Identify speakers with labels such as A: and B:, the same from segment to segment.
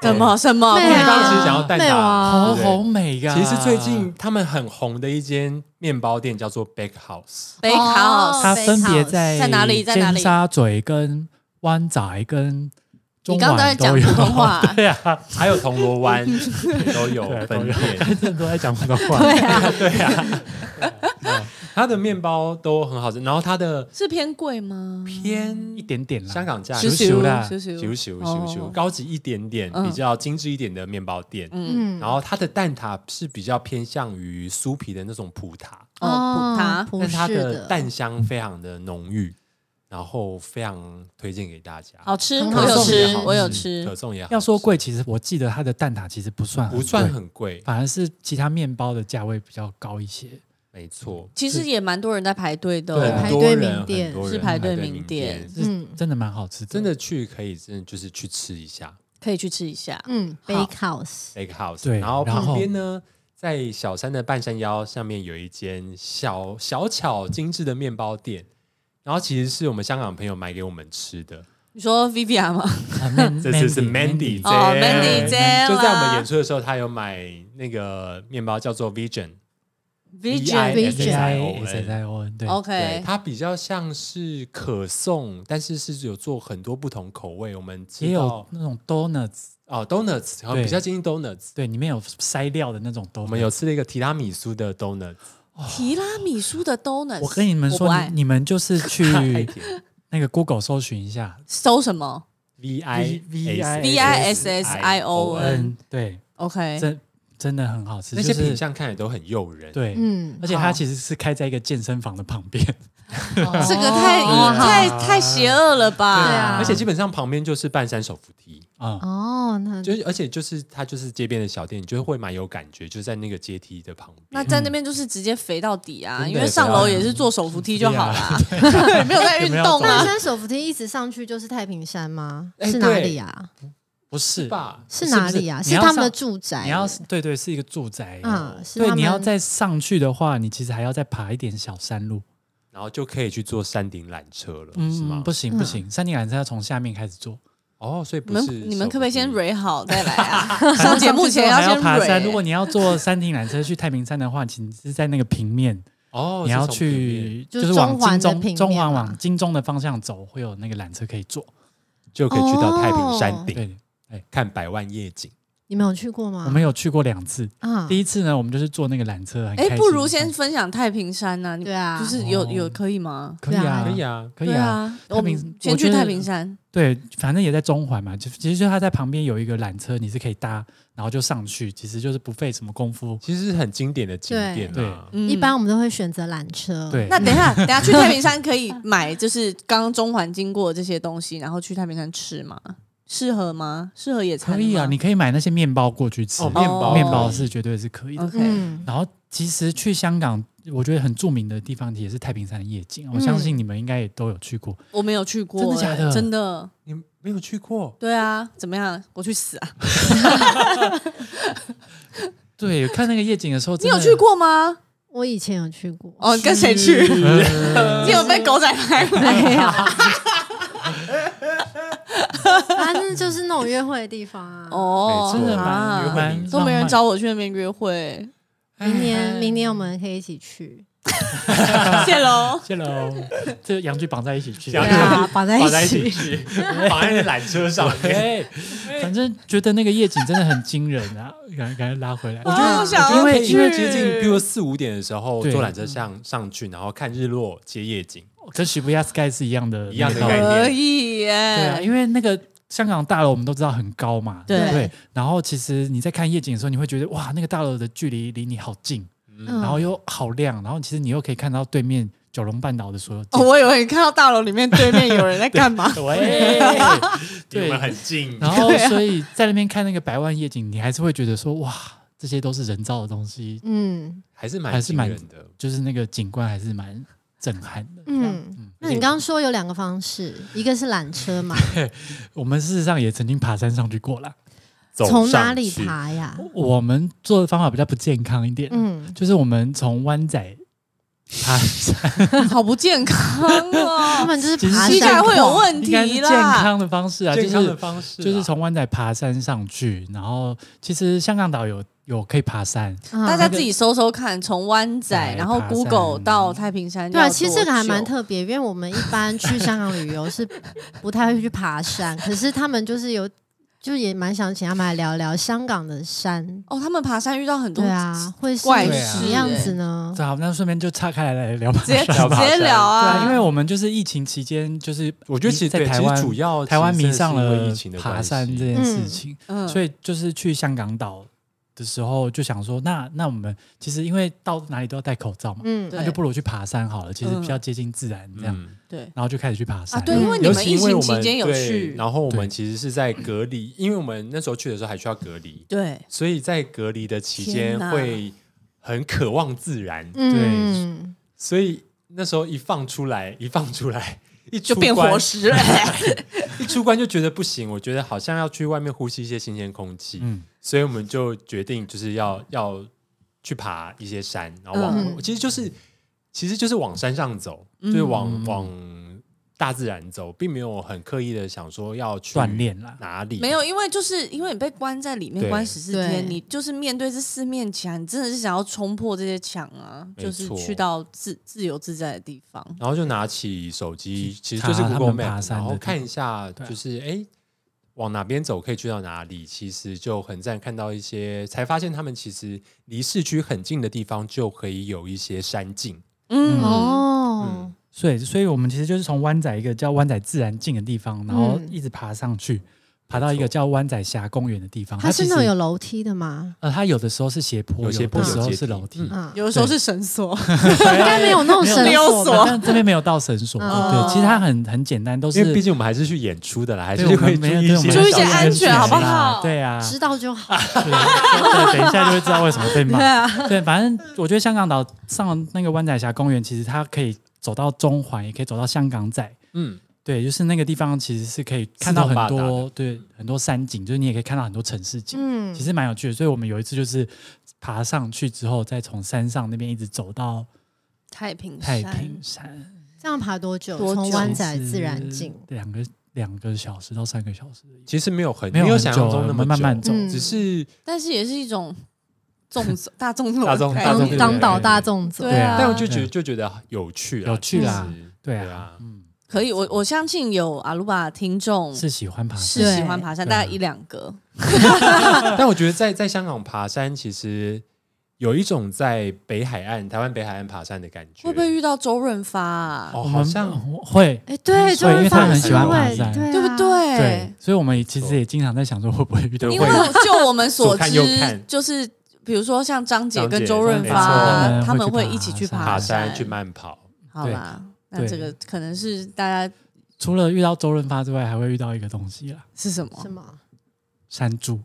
A: 什么什么？
B: 对
C: 因为
B: 啊
C: 当时想要蛋
A: 没有啊
C: 挞，
B: 好
C: 对
B: 好美啊呀！
C: 其实最近他们很红的一间面包店叫做 Bakehouse，
A: Bake
B: 哦
A: House，
B: 它分别在
A: 在哪里在哪里
B: 尖沙咀、跟湾仔、跟中
A: 你刚刚
B: 环
A: 在讲
B: 都有。
A: 普通话
B: 对啊，
C: 还有铜锣 湾也都有
B: 对
C: 哦分店。
B: 真 的都在讲普通话。
C: 对啊，它的面包都很好吃，然后它的
A: 是偏贵吗？
C: 偏
B: 一点点啦，
C: 香港价
B: 咻咻啦
A: 咻咻
C: 咻咻咻咻，
A: 哦
C: 高级一点点，
A: 嗯
C: 比较精致一点的面包店。
A: 嗯，
B: 嗯
C: 然后它的蛋挞是比较偏向于酥皮的那种葡挞，
A: 哦，葡
B: 哦
A: 挞
C: 但
B: 不
C: 是它
B: 是
C: 的蛋香非常的浓郁，然后非常推荐给大家。
A: 好吃，
B: 很
A: 我
B: 好
A: 有
B: 吃
A: 吃
B: 好，
A: 我有
C: 可
A: 吃。
C: 颂也好吃
B: 要说贵，其实我记得它的蛋挞其实不算
C: 不算
B: 贵，
C: 很贵，
B: 反而是其他面包的价位比较高一些。
C: 没错。
A: 其实也蛮多人在排队的
C: 对
A: 哦，
C: 很
A: 排
C: 多
D: 排队
C: 人
D: 名店
C: 很多人
A: 是排队
C: 名
A: 名店
B: 嗯
D: 嗯，
B: 真的蛮好吃的，
C: 真的去可以真的就是去吃一下
A: 可以去吃一下。
D: 嗯
A: 好
D: ，Bakehouse，
C: Lake House，
B: 对
C: 然后
B: 然后
C: 旁边呢，在小山的半山腰上面有一间小小巧精致的面包店，然后其实是我们香港朋友买给我们吃的，
A: 你说 Vivia 吗？
B: 啊 ，Man-
C: 这次是
B: Mandy，
C: Mandy
A: 哦，Mandy
C: 姐
A: J
C: 就在我们
A: 啦
C: 演出的时候，她有买那个面包叫做 Vision，
A: Vision
C: Vision
B: S I O N 对，
C: 对，
A: OK，
C: 它比较像是可颂，但是是有做很多不同口味，我们吃
B: 也
C: 到
B: 有那种 donuts，
C: 哦 donuts，然后
B: 对
C: 比较接近 donuts。
B: 对，里面有塞料的那种 donuts。
C: 我们有吃了一个提拉米苏的 donuts，
A: 提拉米苏的 donuts，
B: 我跟你们
A: 我不
B: 说，
A: 爱
B: 你你们就是去
C: 太甜
B: 那个 Google 搜寻一下
A: 搜什么
C: V I
B: V I
A: ？V I S S I O N
B: ，N 嗯对，
A: OK，
B: 真真的很好吃，
C: 那些
B: 就是
C: 品相看起来都很诱人。，
B: 对，
D: 嗯
B: 而，且它
A: 好
B: 其实是开在一个健身房的旁边，
A: 这个太
D: 哦
A: 太太邪恶了吧？
D: 对啊
C: 而且基本上旁边就是半山手扶梯，
B: 啊，
D: 哦，那
C: 就是而且就是它就是街边的小店，你就会蛮有感觉，就在那个阶梯的旁
A: 那
C: 边。
B: 嗯
A: 在那边就是直接肥到底啊，
C: 真
A: 因
C: 的
A: 为上楼也是坐手扶梯就好啦，对， 没有在运动
D: 半
A: 啊。
D: 山手扶梯一直上去就是太平山吗？
C: 哎
D: 是哪里啊？
B: 不是
C: 吧？
D: 是哪里啊？
B: 是不是你要
D: 他们的
B: 上
D: 住宅。
B: 你要是对对，是一个住宅。
D: 嗯，是
B: 对，
D: 他
B: 你要
D: 们
B: 再上去的话，你其实还要再爬一点小山路。
C: 然后就可以去坐山顶缆车了，是
B: 嗯，
C: 吗
B: 不？行不行，山顶缆车要从下面开始坐。
C: 哦，所以
A: 你
C: 不是
A: 们你们可不可以先
C: 蕊？
A: 蕊好再来 啊？上节目前
B: 还
A: 先
B: 爬山。如果
A: 蕊。
B: 你要坐山顶缆车去太平山的话，请是在那个平面，
C: 哦，
B: 你要
C: 是从平面
B: 去
D: 就是是
B: 往
D: 中环
B: 金
D: 的平
B: 钟
D: 面
B: 中环
D: 嘛
B: 往金钟的方向走，会有那个缆车可以坐。
C: 就可以去到太平山顶
B: 对，
C: 看百万夜景。
D: 你们有去过吗？
B: 我们有去过两次。
D: 啊，
B: 第一次呢，我们就是坐那个缆车，很开
A: 哎，
B: 心
A: 不如先分享太平山呐，你
D: 对啊，
A: 就是有
B: 哦
A: 有可以吗？
B: 可以
D: 对
B: 啊，
D: 啊
C: 可以啊，
B: 可以
A: 对
B: 啊。
A: 啊，
B: 太
A: 我
B: 平
A: 们
B: 我
A: 先
B: 觉
A: 去
B: 得
A: 太平山。
B: 对，反正也在中环嘛，就其实就它在旁边有一个缆车，你是可以搭，然后就上去，其实就是不费什么功夫。
C: 其实是很经典的景点啊。
A: 嗯
D: 一般我们都会选择缆车。
B: 对，
A: 那等一 下，等一下去太平山可以买，就是刚刚中环经过的这些东西，然后去太平山吃吗？适合吗？适合野餐吗
B: 可以啊，你可以买那些面包过去吃，
C: 哦，面包
B: 面包是绝对是可以的。
A: OK
D: 嗯，
B: 然后其实去香港，我觉得很著名的地方也是太平山的夜
A: 嗯
B: 景，我相信你们应该也都有去过。
A: 我没有去过，
B: 真的假的
A: 欸真的，
C: 你没有去过？
A: 对啊，怎么样？我去死啊！
B: 对， 看那个夜景的时候，
A: 你有去？过吗？
D: 我以前有去过。
A: 哦，跟谁去？
B: 呃
A: 你有被狗仔拍吗？
D: 没有，反正就是那种约会的地方啊。
A: 哦，
C: 没错
B: 真的
A: 啊
B: 蛮蛮
A: 都没人找我去那边约会，
D: 明
B: 哎
D: 年，明年我们可以一起去，
A: 谢喽。
B: 谢喽，这洋剧绑在一起去。
C: 啊对
D: 对
C: 啊
D: 啊，绑在
C: 绑
D: 一
C: 在一
D: 起。
C: 起 去，绑在缆车上面。
B: 哎， 反正觉得那个夜景真的很惊人啊， 赶赶快拉回来。
A: 我觉得哦想
C: 因
A: 要
C: 为
A: 去
C: 因为接近，比如说四五点的时候，
B: 对
C: 坐缆车上上去，然后看日落、接夜景，
B: 跟喜布亚 Sky 是一样的
C: 一样的
B: 那个道理
C: 概念
A: 可以
B: 对啊，
A: 耶，
B: 因为那个香港大楼我们都知道很高嘛，
A: 嗯对
B: 不对。然后其实你在看夜景的时候，你会觉得哇，那个大楼的距离离你好近，
D: 嗯
B: 然后又好亮，然后其实你又可以看到对面九龙半岛的所有景，
A: 哦，。我以为你看到大楼里面对面有人在干 嘛
B: 喂，对
C: 离我们很近。
B: 然后所以在那边看那个百万夜景，你还是会觉得说哇，这些都是人造的东西，
D: 嗯
C: 还是蛮
B: 还是蛮
C: 惊人的。
B: 就是那个景观还是蛮震撼的。
D: 嗯。那你刚刚说有两个方式，一个是缆车嘛，
B: 我们事实上也曾经爬山上去过啦，
D: 从哪里
C: 走上去？
D: 爬呀？
B: 我们做的方法比较不健康一点，
D: 嗯，
B: 就是我们从湾仔爬山，
A: 好不健康
D: 他
A: 哦，
D: 们就是
B: 其实
D: 爬
B: 是
A: 膝盖
D: 山
A: 会有问
B: 应该是
A: 题
B: 健
A: 啦。
B: 康的方式啊，就
C: 健康的
B: 是
C: 方式啊
B: 就是从湾仔爬山上去，然后其实香港岛有有可以爬山，
D: 嗯
A: 大家自己搜搜看，从湾仔，
B: 对
A: 然后
B: 爬山
A: Google 到太平山要多
D: 对
A: 久。
D: 啊，其实这个还蛮特别，因为我们一般去香港旅游是不太会去爬山，可是他们就是有，就也蛮想请他们来聊聊香港的山。
A: 哦。他们爬山遇到很多
D: 对，啊，会是
A: 怪
B: 事
D: 什么样子呢？
B: 好，那顺便就岔开来来聊爬
A: 哦 直接
B: 山
A: 直
B: 吧。
A: 接聊
B: 对啊，
A: 啊。
B: 因为我们就是疫情期间，就是
C: 我觉得其实
B: 在
C: 对
B: 台
C: 其
B: 湾
C: 实主要
B: 台湾
C: 其实
B: 迷上
C: 真的是因
B: 了
C: 为疫情的关
B: 爬
C: 系
B: 山这件事情，
A: 嗯
B: 所以就是去香港岛的时候就想说，那那我们其实因为到哪里都要戴口罩嘛，
D: 嗯，
A: 对
B: 那就不如去爬山好了，其实比较接近自然这样，
C: 嗯
A: 对
B: 然后就开始去爬山
A: 啊，对，
D: 嗯
A: 因为你
C: 尤
A: 们
C: 其
A: 疫
C: 因为
A: 情
C: 我
A: 期
C: 们
A: 间有
C: 对
A: 去，
C: 然后我
B: 对
C: 们其实是在隔离，因为我们那时候去的时候还需要隔离，
A: 对，
C: 所以在隔离的期
A: 天
C: 间
A: 哪
C: 会很渴望自然，
D: 嗯，
C: 所以那时候一放出来，一放出来，一
A: 就
C: 出
A: 变
C: 关
A: 活，尸了。
C: 一出关就觉得不行，我觉得好像要去外面呼吸一些新鲜空气，
B: 嗯，
C: 所以我们就决定就是要要去爬一些山，然后往、
D: 嗯
C: 其实就是其实就是往山上走，
A: 嗯
C: 就是往往大自然走，并没有很刻意的想说要去
B: 锻炼
A: 嗯
B: 啦，
C: 哪里，
A: 没有，因为就是因为你被关在里面
C: 对
A: 关十四天，
D: 对
A: 你就是面对这四面墙，你真的是想要冲破这些墙啊，
C: 没
A: 就是
C: 错
A: 去到自自由自在的地方。
C: 然后就拿起手机，其实
B: 查
C: 就是
B: 他们
C: Google
B: 爬
C: Map，
B: 山
C: 然
B: 的
C: 后
B: 地
C: 看一下，
B: 对啊
C: 就是哎、诶往哪边走可以去到哪里。其实就很赞，看到一些，才发现他们其实离市区很近的地方就可以有一些山径。
A: 嗯，
D: 哦
C: 嗯，，
B: 所以所以我们其实就是从湾仔一个叫湾仔自然境的地方，然后
D: 嗯
B: 一直爬上去，爬到一个
C: 没错
B: 叫湾仔峡公园的地方，
D: 它是
B: 其
D: 那种
B: 实
D: 有楼梯的吗？
B: 呃，它有的时候是斜坡，
C: 有斜坡
B: 的时
C: 有
B: 候
C: 阶
B: 是
C: 梯
B: 楼梯，
C: 嗯
D: 嗯，
A: 有的时候是绳索，
D: 应该没有那种绳
A: 没有
D: 索
A: 锁
D: 吧
B: 但这边没有到绳索，
D: 嗯
B: 对，其实它很很简单，都是
C: 因为毕竟我们还是去演出的啦，还是
B: 对我
C: 会
B: 们
C: 注
B: 没有
C: 意
B: 对
C: 一
B: 我们
C: 些
A: 注意一
C: 小
A: 些
C: 心
A: 安全
B: 啦
A: 好不好
B: 对啊，
D: 知道就好。
B: 对啊对，等一下就会知道为什么被骂。
A: 啊
B: 对，反正我觉得香港岛上那个湾仔峡公园，其实它可以走到中环，也可以走到香港仔。
C: 嗯，
B: 对，就是那个地方其实是可以看到
C: 四通
B: 很
C: 八达的
B: 多对很多山景，就是你也可以看到很多城市景，
D: 嗯
B: 其，实蛮有趣的。所以我们有一次就是爬上去之后，再从山上那边一直走到
A: 太平
B: 太
A: 山
B: 平山，
D: 这样爬多久？
A: 多久
D: 从湾仔自然
B: 景
D: 境，
B: 两个两个小时到三个小时的一个，
C: 其实没有很
B: 没有
C: 没有
B: 很
C: 想象
B: 久啊
C: 中那么
B: 我们慢慢
C: 久
D: 走嗯
C: 只是
A: 但是也是一种 纵走大众走
C: 大众
A: 概
C: 大众
A: 念
C: 对
D: 港港
C: 走
D: 岛大众走。
A: 对
B: 对啊
A: 啊，
C: 但我就觉
B: 对
C: 得就觉得有趣啊啦，
B: 有趣啦
C: 其实
B: 对
C: 对
B: 啊
C: 啊，
B: 嗯，
A: 可以。我我相信有阿鲁巴听众
B: 是喜欢爬山，
A: 是喜欢
D: 对
A: 爬山，
B: 对
A: 大概
B: 啊
A: 一两个。
C: 但我觉得在在香港爬山，其实有一种在北海岸、台湾北海岸爬山的感觉。
A: 会不会遇到周润发啊？
C: 哦，
B: 我
C: 好
B: 们嗯
C: 像
B: 会
D: 哎，对，
B: 所以因为
D: 就
B: 他
D: 发
B: 们很
D: 现
B: 喜欢爬
D: 会，
B: 山
D: 对啊
A: 对不？
B: 对
A: 对？，
B: 所以我们其实也经常在想说，会不会遇到
C: 对
A: 因
C: 会
A: 为就我们所
C: 左看右
A: 知
C: 看，
A: 就是比如说像张姐
C: 张
A: 跟
C: 姐
A: 周润
C: 没
A: 发
B: 错，
A: 他们
B: 会
A: 会
B: 去爬
A: 一起去
B: 山
C: 爬
A: 山
C: 山去慢跑，
A: 好啦，那
B: 对
A: 这个可能是大家
B: 除了遇到周润发之外，还会遇到一个东西啦，
A: 是什么
D: 什？么？
B: 山猪。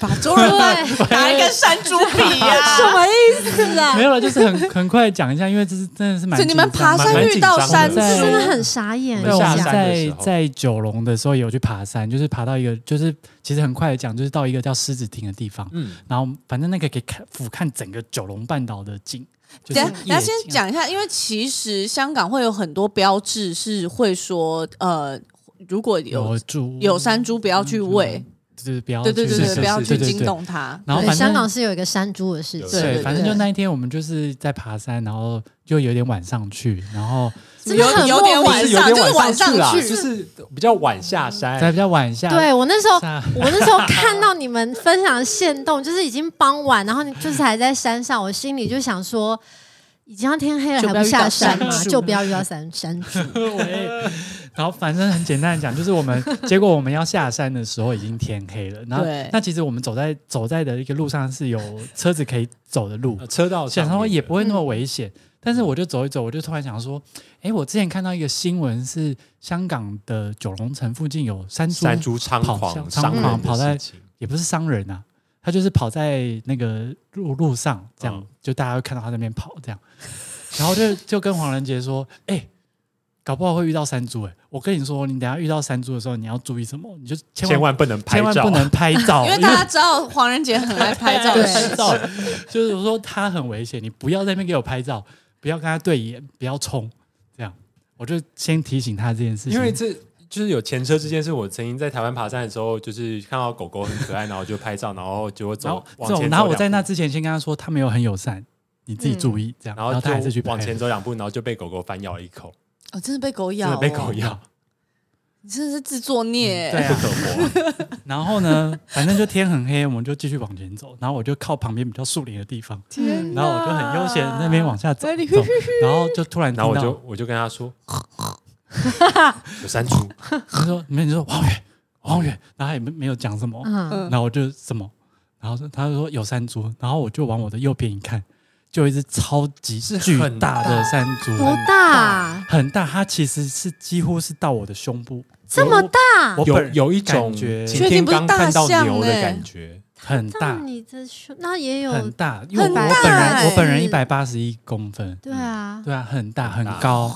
A: 把周润发
D: 对
A: 拿一根山猪比
C: 啊
A: 呀？ 什么意思啊
B: 没有了，就是很很快讲一下，因为这是真的 是蛮
A: 所以
B: 紧
A: 你
B: 张
A: 们
B: 的。
A: 爬山
C: 蛮
A: 遇到
C: 紧张的
A: 山
B: 在
D: 真
A: 猪
D: 的，很傻眼，
B: 对，我们
C: 下山的
B: 在
C: 时候
B: 在九龙的时候也有去爬山，就是爬到一个，就是其实很快的讲，就是到一个叫狮子亭的地方，
C: 嗯，
B: 然后反正那个可以看俯瞰整个九龙半岛的景。就是
A: 等下
B: 夜
A: 等下先
B: 景啊
A: 讲一下，因为其实香港会有很多标志是会说，呃，如果有
B: 有嗯猪
A: 有山猪不要去喂，
B: 就是不要
A: 对对对
B: 去
A: 对，不要
B: 对
A: 去
B: 对
A: 惊
B: 对
A: 动它。
B: 然后
D: 对
B: 反正
D: 香港是有一个山猪的事
C: 有
D: 情，
A: 对
B: 对，反正就那一天我们就是在爬山，然后就有点晚上去，然后
D: 真的很
A: 有有点
D: 莫
A: 晚
D: 名
C: 是有
A: 上，
C: 点
A: 就是晚
C: 上去啦，
A: 去，
C: 就是比较晚下山
B: 在。比较晚下，
D: 对我那时候，
B: 下
D: 我那时候看到你们分享线动，就是已经傍晚，然后你就是还在山上，我心里就想说，已经要天黑了
A: 就
D: 还
A: 不要
D: 不
A: 遇到
D: 下山吗？
A: 山猪
D: 就不要遇到山山猪。
B: 喂， 然后反正很简单的讲，就是我们结果我们要下山的时候已经天黑了，然后
A: 对
B: 那其实我们走在走在的一个路上是有车子可以走的 路
C: 呃，车道上
B: 想
C: 面
B: 说
C: 的
B: 也不会那么危险。但是我就走一走，我就突然想说，哎，我之前看到一个新闻是香港的九龙城附近有山猪，
C: 山猪猖
B: 跑
C: 狂，
B: 像
C: 伤
D: 猖狂
C: 人的
B: 跑在
C: 事情
B: 也不是伤人啊，他就是跑在那个路路上，这样、
C: 嗯
B: 就大家会看到他在那边跑这样， 然后就就跟黄仁杰说，哎、搞不好会遇到山猪哎、我跟你说，你等一下遇到山猪的时候，你要注意什么？你就千万
C: 千万不能拍
B: 千万
C: 照
B: 不，能拍照，
A: 因为大家知道黄仁杰很爱拍照
B: 哦对
A: 的
D: 对
A: 事
B: 拍
A: 情，
B: 照，就是我说他很危险，你不要在那边给我拍照。不要跟他对眼，不要冲，这样我就先提醒他这件事情。
C: 因为这就是有前车之鉴，是我曾经在台湾爬山的时候，就是看到狗狗很可爱，然后就拍照，然后结果
B: 然
C: 走
B: 后
C: 往
B: 这种，
C: 前走
B: 然后我在
C: 两
B: 那
C: 步，
B: 之前先跟他说他没有很友善，你自己注意、这样，
C: 然
B: 然
C: 后
B: 他还是去
C: 就往
B: 拍
C: 前走两步，然后就被狗狗反咬一口，
A: 哦，真的被狗咬、
C: 真
A: 哦，
C: 的被狗，咬，
A: 你真的是自作孽、
B: 对
C: 不
B: 啊
C: 可活。
B: 然后呢，反正就天很黑，我们就继续往前走。然后我就靠旁边比较树林的地方，
A: 天哪
B: 然后我就很悠闲地那边往下走，
A: 哎你
B: 走然后就突然听
C: 然后
B: 到，
C: 我就我就跟他 说，有山猪，
B: 他说，你们就说王远，王远，然后他也没没有讲什么，
D: 嗯，
B: 然后我就什么，然后他就说有山猪，然后我就往我的右边一看，就有一只超级
C: 是
B: 巨
C: 很
B: 大的山猪，
D: 多大？
B: 很大，它其实是几乎是到我的胸部，
D: 这么大？
B: 我
C: 有
B: 本
C: 有一种
B: 感觉
C: 晴天刚看到牛的感觉，
B: 很
D: 到
B: 大
D: 你这胸，那也有
B: 很大，因为
A: 很
B: 我
A: 大
B: 我本人
A: 欸
B: 我本人一百八十一公分，
D: 对啊，
B: 对啊，很大
C: 很
B: 很
C: 大
B: 高，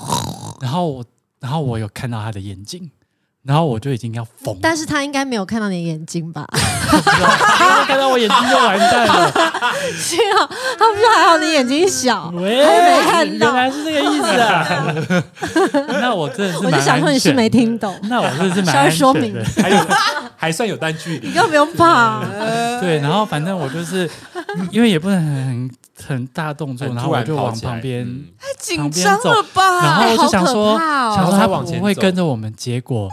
B: 然后我然后我有看到他的眼睛，然后我就已经要疯了，
D: 但是他应该没有看到你的眼睛吧？
B: 他啊看到我眼睛就完蛋了。
D: 幸好他不是还好你眼睛小，
B: 喂，
D: 还没看到
B: 原来是这个意思啊！ 那我真的是
D: 我
B: 蛮
D: 就想说你是没
B: 安全的，
D: 听懂，
B: 那我真的是蛮
D: 稍微
B: 安
D: 说
B: 全
D: 明
B: 的。
C: 欸还有 还算有单距离
D: 你。又没有怕，
A: 呃
B: 对，然后反正我就是因为也不能很很大动作，
C: 很
B: 然后
C: 突
B: 我
C: 然
B: 就
C: 跑
B: 往
C: 起来
B: 旁边，
C: 嗯
A: 太紧张了吧？
B: 然后我就想
D: 哎好
B: 说，
D: 可怕哦
B: 想说
C: 然后
B: 他
C: 他往前
B: 不会
C: 走
B: 跟着我们，结果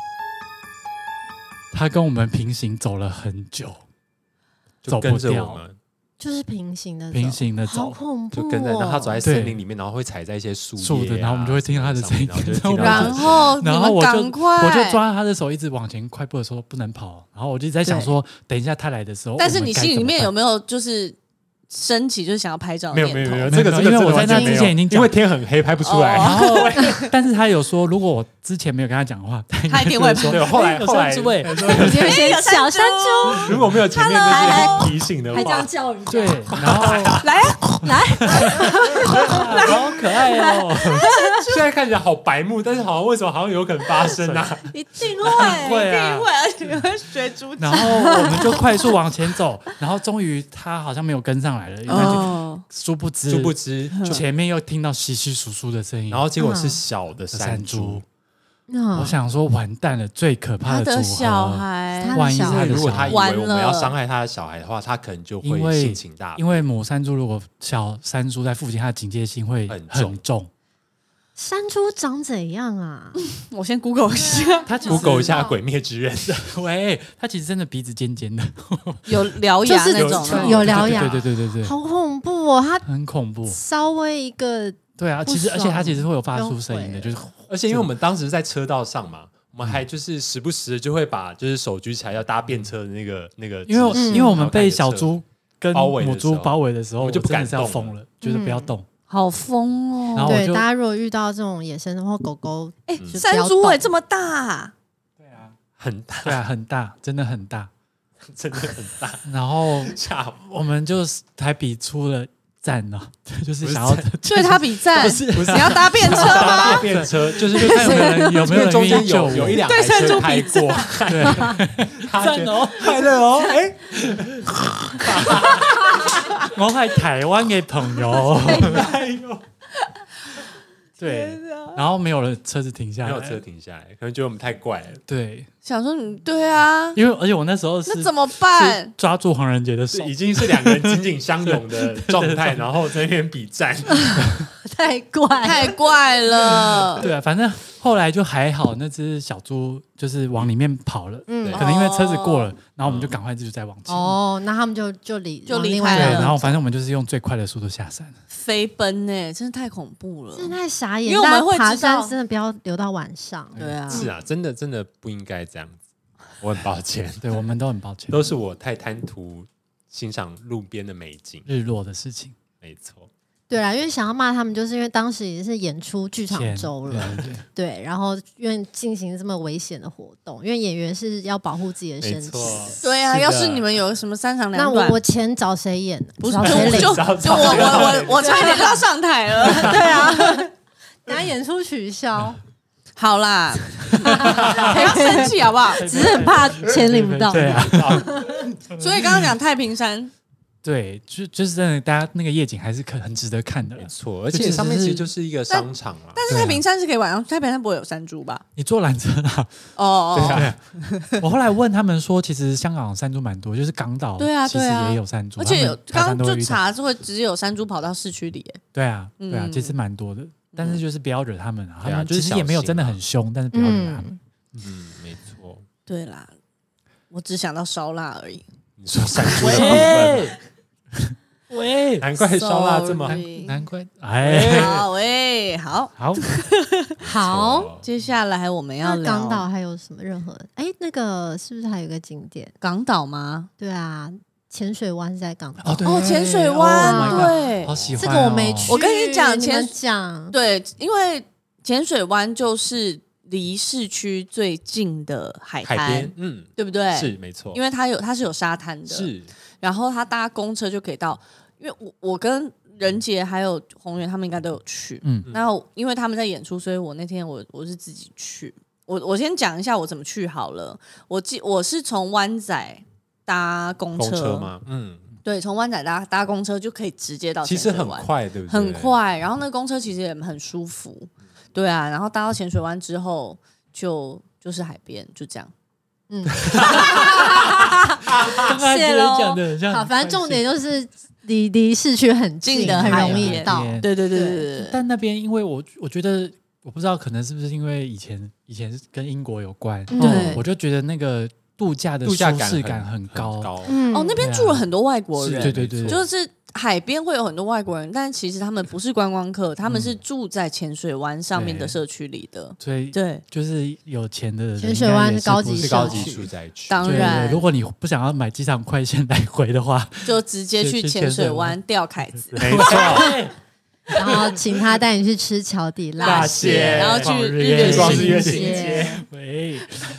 B: 他跟我们平行走了很久，
C: 就
B: 走
C: 跟
B: 不
C: 着我
B: 掉，
C: 们，
D: 就是平行的走，
B: 平行的
D: 好
B: 走。
D: 恐怖、哦，
C: 就跟着，然后他 走在森林里面，然后会踩在一些树
B: 树
C: 叶
B: 的
C: 啊
B: 然后我们就会听到他的声音
C: 然后就会听到他的
A: 然
C: 声音
A: 后你
B: 然后
A: 们
B: 我就
A: 赶快，
B: 我就，抓他的手，一直往前快步的说不能跑。啊然后我就一直在想说，等一下他来的时候，
A: 但是
B: 我们
A: 你
B: 该
A: 心里
B: 怎么
A: 面
B: 办
A: 有没有就是升起就是想要拍照的
C: 没有
A: 念
C: 没有
A: 头
C: 没有，
B: 没
C: 这个这个
B: 有没有因为
C: 这个
B: 我在
C: 完
B: 那
C: 全
B: 之
C: 没有
B: 前已经讲
C: 因为天很黑，拍不出来。
D: 哦
B: 然后，但是他有说，如果我之前没有跟他讲话， 他应
A: 他
B: 该
A: 一定
B: 就
A: 会
B: 说
A: 拍
C: 对，后来
B: 有
C: 后来
B: 山 猪欸
D: 你就先小山猪，
C: 如果没有前面那些提醒的
D: 还这
C: 话
D: 样，叫人家，
B: 对，然后
A: 来啊，
B: 好可爱 哦，
C: 现在看起来好白目，但是好像为什么好像有可能发生 啊？
A: 一定
B: 一定
A: 会，
B: 会
A: 一定会， 而且你
B: 啊
A: 会 学 猪
B: 然后我们就快速往前走，然后终于他好像没有跟上来了，因为他就
A: 哦，
B: 殊不知，
C: 殊不知，
B: 前面又听到窸窸窣窣的声音，
C: 然后结果是小的
B: 山
C: 山
B: 猪
C: 猪，，
B: 我
D: 嗯，
B: 想说完蛋了，最可怕
A: 他的
B: 组
A: 小
B: 合，
A: 孩，
D: 他的
B: 万一
D: 小孩
B: 他的
C: 如果
B: 小
C: 他
B: 孩
C: 以
A: 完
C: 为我们要
A: 了
C: 伤害他的小孩的话，他可能就
B: 因
C: 会
B: 为
C: 性情大
B: 因为母山猪如果小山猪在附近，它的警戒心会
C: 很重
B: 很重。
D: 山猪长怎样啊？
A: 我先 Google 一 下，
B: 它其实
C: Google 一下《鬼灭之刃》
B: 喂，它其实真的鼻子尖尖的，
A: 有獠
D: 就
A: 牙
D: 是
A: 那种
C: 有
A: 吗，
D: 有獠牙
B: 对对对对对对对，
D: 好恐怖哦！它
B: 很恐怖。
D: 稍微一个
B: 对啊，
D: 不
B: 其实而且它
D: 爽
B: 其实会有发出声音
D: 又毁了
B: 的，就是
C: 而且因为我们当时在车道上嘛，我们还就是时不时就会把就是手举起来要搭便车的那个那个姿势，
B: 因为
D: 嗯
B: 因为我们被小猪跟
C: 包围的
B: 母猪
C: 时候
B: 包围的时候，
C: 我就不敢
B: 真的是要
C: 动
B: 疯了，觉得不要动。
A: 好疯哦！
B: 然后嗯我
D: 对，
B: 就
D: 大家如果遇到这种野生或狗狗，
A: 哎、
D: 就不要
A: 山猪尾
D: 动
A: 这么大，
C: 很大，
B: 对啊，很大，真的很大。
C: 真的很大，
B: 然后
C: 吓我！
B: 我们就是还比出了赞呢， 就是想要
A: 所以他比赞，
B: 不是不是
A: 你要搭便车
B: 啊
A: 吗？
C: 搭便车就是
B: 就看有没有 人有
C: 因为
B: 没有人
C: 中
B: 愿
C: 间
B: 意救
C: 有
B: 我
C: 有一两
A: 对
C: 台
A: 山
C: 车
A: 猪
C: 开
A: 比
C: 过，
B: 对
C: 他觉
B: 赞
C: 得
B: 哦，
C: 快乐哦，哎，
B: 我还台湾的朋友，
C: 哎呦，
B: 对，然后没有人车子停下
C: 没
B: 来，
C: 有车停下来，可能觉得我们太怪了，
B: 对，
A: 想说你对啊，
B: 因为而且我那时候是
A: 那怎么
B: 是
A: 办？
B: 抓住黄仁杰的
C: 是
B: 手，
C: 已经是两个人紧紧相拥的 状态，然后在那边比战，
B: 嗯
D: 太怪，
A: 太怪了，
B: 对啊，反正后来就还好，那只小猪就是往里面跑了，
D: 嗯
C: 对
B: 可能因为车子过了，然后我们就赶快就再往前。
D: 哦，那他们就就离
A: 就
D: 往
A: 离
D: 另
A: 开
D: 外
B: 对，
A: 了
D: 一个
B: 然后反正我们就是用最快的速度下山。
A: 飞奔呢、欸真的太恐怖了。
D: 真的太傻眼，
A: 因为我们会知道
D: 大家爬山真的不要留到晚上，
A: 对啊，
C: 是啊，真的真的不应该这样子，我很抱歉，
B: 对，我们都很抱歉。
C: 都是我太贪图欣赏路边的美景，
B: 日落的事情，
C: 没错，
D: 对啊，因为想要骂他们，就是因为当时也是演出剧场
B: 天
D: 周
B: 对
D: 了，
B: 对对
D: 对，然后因为进行这么危险的活动，因为演员是要保护自己的
C: 没
D: 身体
C: 错。，
A: 对啊，
B: 是的
A: 要是你们有什么三长
D: 那
A: 两
D: 我
A: 短，
D: 我钱找谁演？
A: 不是
D: 找
A: 就
D: 谁领？
A: 就
C: 找
A: 就我我我我
B: 啊
A: 差一点就要上台了， 对啊，
D: 等下演出取 消，
A: 好啦， 不要生气好 不好？
D: 只是很怕钱领不到。
B: 对啊，
A: 所以刚刚讲太平山
B: 对，就就是真的，大家那个夜景还是可很值得看的
C: 没
B: 啦。
C: 错，而
B: 就
C: 且
B: 只
C: 上面其实
B: 是
C: 就是一个商场啦。
A: 但是
B: 对啊
A: 太平山是可以晚上，太平山不会有山猪吧？
B: 你坐缆车啦，
A: 哦
B: 啊
A: 哦，
B: 我后来问他们说，其实香港山猪蛮多，就是港岛
A: 对啊
B: 其实
A: 对啊
B: 也有山猪，
A: 而且有
B: 他
A: 刚
B: 们台湾
A: 刚
B: 都会
A: 就
B: 遇到
A: 查是会只有山猪跑到市区里耶，
B: 对啊，对啊，
A: 嗯
B: 其实蛮多的，但是就是不要惹他们啊，他
C: 对啊
B: 们
C: 就是
B: 其实也没有真的很凶，但是不要惹他们。
D: 嗯，
C: 嗯，没错。
A: 对啦，我只想到烧腊而 已。
C: 你说山猪的部分，
B: 喂，
C: 难怪烧腊这么
A: Sorry
B: 难难怪，哎，
A: 好喂，好，
B: 好，哦
D: 好。
A: 接下来我们要
D: 那
A: 聊
D: 港岛还有什么任何？哎，那个是不是还有一个景点？
A: 港岛吗？
D: 对啊，潜水湾是在港岛。
B: 哦对，
A: 哦，潜水
B: Oh
A: 湾，
B: my god，
A: 对
B: 好喜欢
D: 这
B: 哦，
D: 个我没去。
A: 我跟你讲
D: 你
A: 潜
D: 们讲，
A: 对，因为浅水湾就是离市区最近的海
C: 海
A: 滩，
C: 边，嗯，
A: 对不对？
C: 是，没错，
A: 因为它有它是有沙滩的，
C: 是
A: 然后他搭公车就可以到，因为我我跟任杰还有宏源他们应该都有去，
B: 嗯
A: 嗯，然后因为他们在演出，所以我那天我我是自己去，我我先讲一下我怎么去好了，我记我是从湾仔搭公
C: 公车吗？嗯，
A: 对，从湾仔搭搭公车就可以直接到
C: 其
A: 浅
C: 实
A: 水
C: 很
A: 湾，
C: 快，对不对？
A: 很，快，然后那公车其实也很舒服，对啊，然后搭到浅水湾之后就就是海边，就这样。
D: 嗯，
B: 刚刚
D: 谢
B: 别
D: 咯
B: 人讲啊的很像，
D: 好，反正重点就是离离市区很
A: 近
D: 近
A: 的
D: 很
A: 海
D: 容易
A: 边
D: 到。
C: 嗯
B: 对
A: 对对对
D: 对
A: 对对对，
B: 但那边因为我我觉得我不知道，可能是不是因为以前以前是跟英国有关，哦
D: 嗯
A: 对
B: 我就觉得那个度假的
C: 度假
B: 舒
C: 感
B: 适
C: 很
B: 感很高，
C: 高，
D: 嗯
A: 哦，那边
B: 对啊
A: 住了很多外国
C: 是
A: 人，
B: 对对对
C: 没错
A: 就是海边会有很多外国人，但其实他们不是观光客，他们
C: 嗯
A: 是住在浅水湾上面的社区里的。
B: 所以
A: 对，
B: 就是有钱的人
D: 潜水湾
B: 应该也是
D: 高级
B: 不
C: 是
B: 是
C: 高
D: 社
C: 级
D: 区
C: 住宅区，
A: 当
B: 对
A: 然
B: 如果你不想要买机场快线来回的话，
A: 就直接去
B: 去
A: 浅
B: 浅
A: 水
B: 水
A: 湾
B: 湾
A: 钓凯子，
C: 没错，哎
D: 然后请他带你去吃桥底
C: 大
D: 辣
C: 蟹
A: 然后去日
C: 月
A: 月
C: 光
A: 新
C: 日月
A: 街
C: 新街，
B: 喂，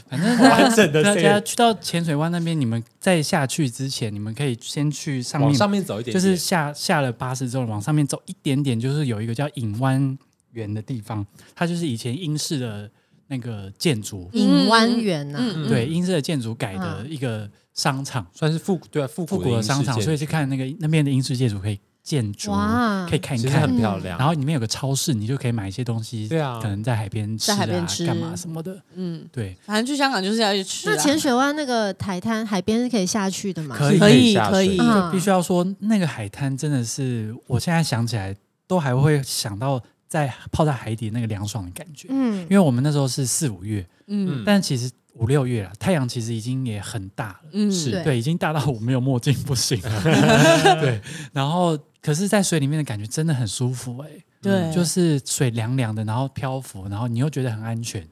B: 反正
C: 完整的
B: 大
C: set
B: 家去到浅水湾那边，你们在下去之前，你们可以先去上
C: 往
B: 面，
C: 上面走一点
B: 就
C: 点，
B: 是下下了巴士之后往上面走一点点，就是有一个叫影湾园的地方，它就是以前英式的那个建筑，
D: 影湾园呐、
A: 嗯
B: 对，英式的建筑改的一个商场，
C: 算是复古对啊复
B: 复
C: 的
B: 古的商场，所以去看那个那边的英式建筑可以建筑，
D: 哇
B: 可以看一
C: 其实
B: 看
C: 很。漂亮
B: 然。后里面有个超市，你就可以买一些东西，
C: 对啊
B: 可能在海边吃
A: 在
B: 啊，
A: 海边吃
B: 干嘛什么的，
A: 嗯，
B: 对，
A: 反正去香港就是要去吃
D: 那
A: 啊。
D: 浅水湾那个海滩海边是可以下去的嘛？
B: 可以
A: 可以
C: 下水
A: 可以
D: 嗯
B: 必须要说那个海滩真的是，我现在想起来都还会想到在泡在海底那个凉爽的感觉，
D: 嗯
B: 因，为我们那时候是四五月，
A: 嗯
B: 但其实五六月了，太阳其实已经也很大了。
A: 嗯，
C: 是
D: 对
B: 对，已经大到我没有墨镜不行 了。对，然后可是，在水里面的感觉真的很舒服哎、
A: 对，
B: 就是水凉凉的，然后漂浮，然后你又觉得很安全，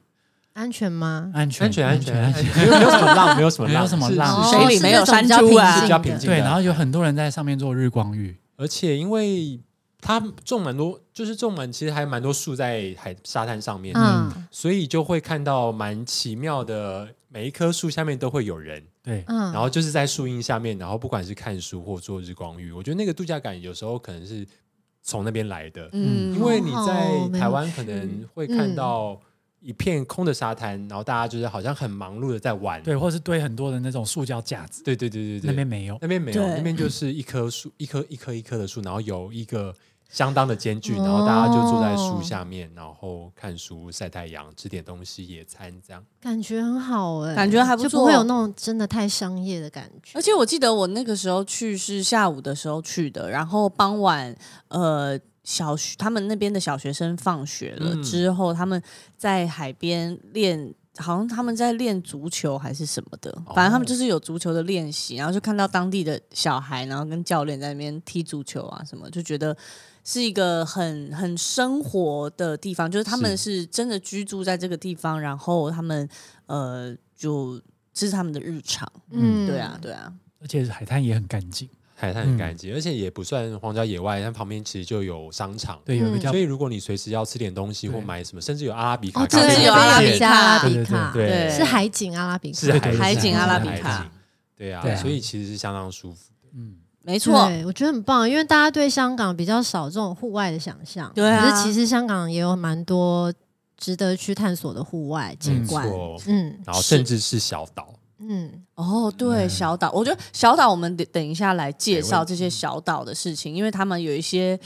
D: 安全吗？
B: 安全，
C: 安全安全
B: 安
C: 安
B: 全。
C: 全，没有没有什么浪，没有什么浪，
B: 没有什么
C: 是
B: 浪
C: 是
A: 水
C: 是
A: 里没有山
D: 哦是那种
A: 猪啊
C: 是比较平
D: 的
C: 静的，
B: 对，然后有很多人在上面做日光浴，
C: 而且因为它种蛮多，就是种蛮其实还蛮多树在海沙滩上面，
D: 嗯
C: 所以就会看到蛮奇妙的，每一棵树下面都会有人，
B: 对，
D: 嗯，
C: 然后就是在树荫下面，然后不管是看书或做日光浴，我觉得那个度假感有时候可能是从那边来的，
A: 嗯，
C: 因为你
D: 哦
C: 在
D: 没
C: 台湾
D: 去
C: 可能会看到一片空的沙滩，然后大家就是好像很忙碌的在玩，
B: 对，或者是堆很多的那种塑胶架子，
C: 对对对对对，
B: 那边没有。
C: 那边没有，
A: 对
C: 那边就是一棵树，一棵一棵一棵的树，然后有一个相当的间距，然后大家就坐在树下面，然后看书、晒太阳、吃点东西、野餐这样。
D: 感觉很好哎、
A: 感觉还不
D: 就
A: 错呃
D: 不会有那种真的太商业的感觉。
A: 而且我记得我那个时候去是下午的时候去的，然后傍晚呃小学他们那边的小学生放学了、
C: 嗯
A: 之后，他们在海边练。好像他们在练足球还是什么的，反正他们就是有足球的练习，然后就看到当地的小孩，然后跟教练在那边踢足球啊什么，就觉得是一个很很生活的地方，就是他们是真的居住在这个地方，然后他们呃就这是他们的日常，
D: 嗯，
A: 对啊，对啊，
B: 而且海滩也很干净，
C: 海滩
B: 嗯
C: 很干净，而且也不算荒郊野外，它旁边其实就有商场。
B: 对，
A: 嗯
B: 有一个叫
C: 所以如果你随时要吃点东西
B: 对
C: 或买什么，甚至有阿拉比卡
D: 哦，
C: 啊咖啡，
A: 甚
D: 对，
A: 至有阿拉比
D: 加
A: 卡
D: 阿拉比卡，
C: 对
A: 对
D: 是海景阿拉比卡，
C: 是
B: 对对
A: 海景阿拉
C: 是
A: 比卡
C: 海景，对
B: 对
C: 啊，
B: 啊
C: 所以其实是相当舒服。
B: 嗯，
A: 没错，
D: 对，我觉得很棒，因为大家对香港比较少这种户外的想象。
A: 对啊
D: 可是其实香港也有蛮多值得去探索的户外景观。
C: 错，
D: 嗯，
C: 然后
A: 是
C: 甚至是小岛，
D: 嗯，
A: 哦，对，
C: 嗯
A: 小岛，我觉得小岛，我们等等一下来介绍
C: 没问
A: 这些小岛的事情，因为他们有一些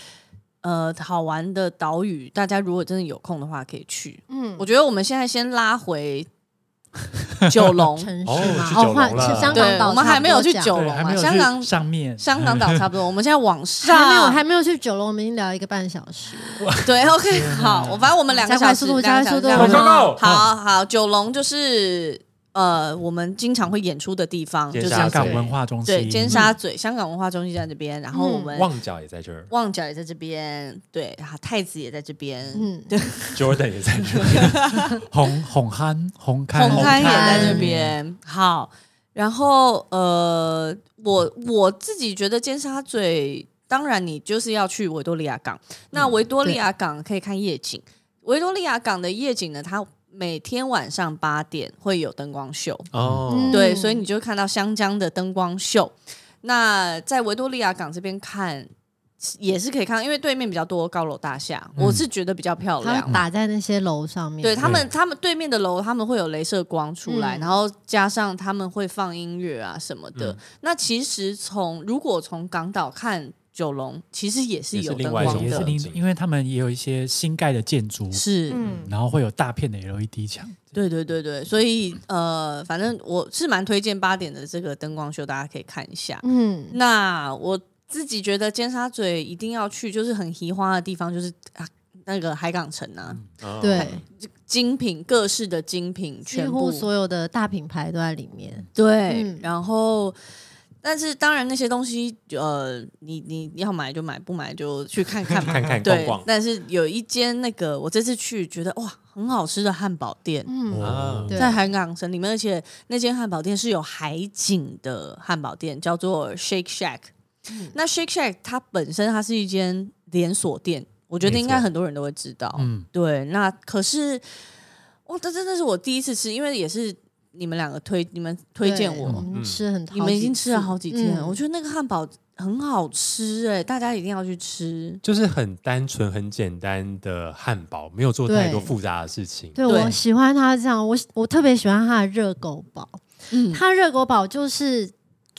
A: 呃好玩的岛屿，大家如果真的有空的话可以去。
D: 嗯
A: 我觉得我们现在先拉回九龙，
D: 城市
C: 哦
D: 嘛
C: 去，
D: 哦
C: 九
D: 换
C: 龙了
D: 是香港
A: 对，
D: 岛，
A: 我们还没有去九
B: 对，
A: 龙
B: 还
A: 嘛，
B: 没有
A: 哦香
B: 去
A: 港
B: 上面，
A: 香港岛差不多，我们现在往上，
C: 啊
D: 还没有还没有去九龙，我们已经聊一个半小时了。
A: 对，OK，好，我反正我们两个
D: 加快
A: 小时，
D: 速度
A: 两个
D: 加
A: 小时
D: 快速度
A: 两个小时
D: Go, go,
C: go
A: 好好，九龙就是呃，我们经常会演出的地方，就
C: 尖
A: 是
C: 沙
B: 香
C: 咀
B: 港文化中心，
A: 对尖沙咀
D: 嗯
A: 香港文化中心在这边，然后我们
C: 旺角也在这儿
A: 旺角也在这边，对，啊太子也在这边，
D: 嗯，
C: ，Jordan 也在这儿，
B: 红红憨红刊
A: 红磡
D: 磡
A: 也在这
D: 嗯
A: 边，好，然后呃，我我自己觉得尖沙咀，当然你就是要去维多利亚港，那维多利亚港可以看夜景，维多利亚港的夜景呢，它每天晚上八点会有灯光秀，
C: 哦，
A: 对，
D: 嗯
A: 所以你就会看到湘江的灯光秀。那在维多利亚港这边看也是可以看到，因为对面比较多高楼大厦，
B: 嗯
A: 我是觉得比较漂
D: 它
A: 亮。
D: 会打在那些楼上面，
A: 对他们，他们对面的楼，他们会有镭射光出来，
D: 嗯
A: 然后加上他们会放音乐啊什么的。
C: 嗯
A: 那其实从如果从港岛看九龙，其实也是
C: 也是
A: 有
C: 另
A: 灯
C: 外一种
A: 光
B: 嗯也是
A: 的，
B: 另，因为他们也有一些新盖的建筑，
A: 是
D: 嗯，
B: 然后会有大片的 LED 墙，
A: 对对对对，所以呃，反正我是蛮推荐八点的这个灯光秀，大家可以看一下。
D: 嗯
A: 那我自己觉得尖沙咀一定要去，就是很奇花的地方，就是啊那个海港城啊，
D: 嗯
C: 哦
D: 对，
A: 精品各式的精品
D: 几
A: 全
D: 乎
A: 部
D: 所有的大品牌都在里面。
A: 对，
D: 嗯
A: 然后。但是当然，那些东西，呃，你你要买就买，不买就去看看嘛。
C: 看看逛
A: 对，
C: 逛，
A: 但是有一间那个，我这次去觉得哇，很好吃的汉堡店，
D: 嗯，
C: 啊
B: 哦
D: 对
A: 在海港城里面，而且那间汉堡店是有海景的汉堡店，叫做 Shake Shack。那
D: 嗯
A: Shake Shack 它本身它是一间连锁店，我觉得
C: 没错
A: 应该很多人都会知道。
B: 嗯，
A: 对，那可是哇，这真的是我第一次吃，因为也是你们两个推你们推荐
D: 对
A: 我，
C: 嗯
D: 们吃很，
A: 你们已经吃了好几天了，
D: 嗯
A: 我觉得那个汉堡很好吃哎、大家一定要去吃。
C: 就是很单纯、很简单的汉堡，没有做太多复杂的事情。
D: 对
A: 对
D: 我喜欢它这样，我我特别喜欢它的热狗堡，
A: 嗯，
D: 它热狗堡就是。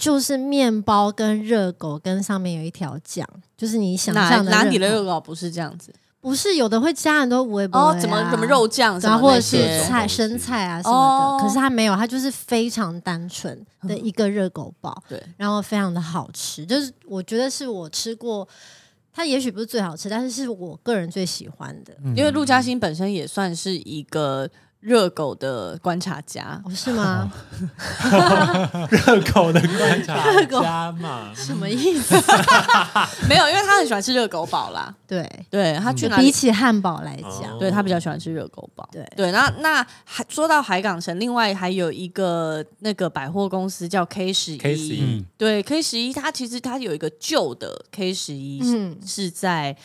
D: 就是面包跟热狗跟上面有一条酱，就是你想
A: 哪
D: 象的
A: 哪里的
D: 热狗
A: 热狗不是这样子？
D: 不是有的会加很多微波、
A: 哦，怎么怎么肉酱什
D: 然
A: 么
D: 后或
A: 那
D: 者是
A: 些？
D: 菜、
C: 这种东西
D: 生菜啊什么
A: 哦
D: 的，可是它没有，它就是非常单纯的一个热狗堡，
A: 对，
D: 然后非常的好吃，就是我觉得是我吃过，它也许不是最好吃，但是是我个人最喜欢的。
C: 嗯
A: 因为陆嘉欣本身也算是一个热狗的观察家，
D: 哦，是 吗？
B: 热狗的观
D: 热狗
B: 家嘛，
D: 什么意思？
A: 没有，因为他很喜欢吃热狗堡啦。
D: 对，
A: 对他去
D: 就
A: 哪
D: 嗯比
A: 里？
D: 起汉堡来讲，
C: 哦
A: 对他比较喜欢吃热狗堡。
D: 对
A: 对，那那还说到海港城，另外还有一个那个百货公司叫 K 十
C: K
A: 一，
C: C E
B: 嗯
A: 对 K 十一，它其实它有一个旧的 K 十一，
D: 嗯
A: 是在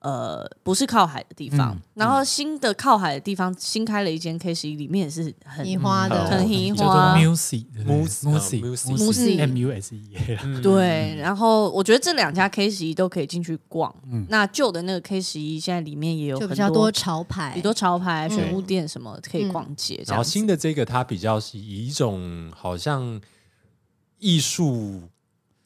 A: 呃不是靠海的地方，
B: 嗯
A: 然后新的靠海的地方新开了一间 K 十一，里面也是很
D: 你花
C: 嗯
D: 的
A: 很移
B: 叫做
A: 花。
B: Musi
C: Musi，嗯
B: Musi
C: Musi
A: Musi
B: M U S E，
C: 嗯
A: 对，然后我觉得这两家 K 十一都可以进去逛。
B: 嗯
A: 那旧的那个 K 十一现在里面也有
D: 就
A: 很
D: 比较
A: 多
D: 多潮牌，
A: 比多潮牌、
D: 嗯
A: 选物店什么可以逛街这
C: 然
A: 样
C: 后
A: 子。
C: 新的这个，它比较是以一种好像艺术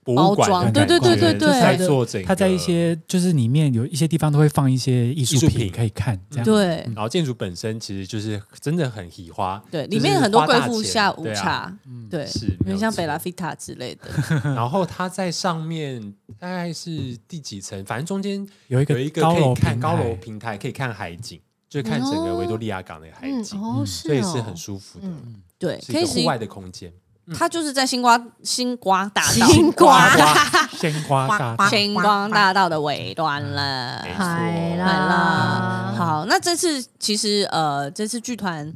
C: 博物
A: 包
C: 馆
A: 装
C: 的感觉，
A: 对对对对对
C: 就是在做整个，
B: 它在一，些就是里面有一些地方都会放一些艺术
C: 艺术
B: 品
C: 品
B: 可以看，这样
A: 对
C: 然后建筑本身其实就是真的很喜花，
A: 对，
C: 就是
A: 里面很多
C: 花大
A: 贵妇
C: 钱
A: 下午
C: 对啊
A: 茶，对，
C: 是
A: 有
C: 没有
A: 点像
C: 错
A: 贝拉菲塔之类 的。
B: 嗯
C: 然后它在上面大概是第几层，反正中间
B: 有一
C: 有一
B: 个
C: 个可以看哎
B: 平
C: 高楼
B: 台，
C: 平台，可以看海景，就看整个维多利亚港的海
D: 嗯，
C: 景，
D: 哦，
B: 嗯
D: 是
C: 所以
D: 哦
C: 是很舒服的，
D: 嗯
A: 对
C: 是一
A: ，K
C: 个
A: 十
C: 户
A: 一
C: 外的嗯空间。
A: 它就是在星光星光大道，
D: 星光
B: 瓜鲜瓜大道，
A: 星光大道的尾端了。
C: 嗯没错
D: 海
A: 来
D: 啦
A: 啦，，
D: 啊
A: 好，那这次其实呃，这次剧团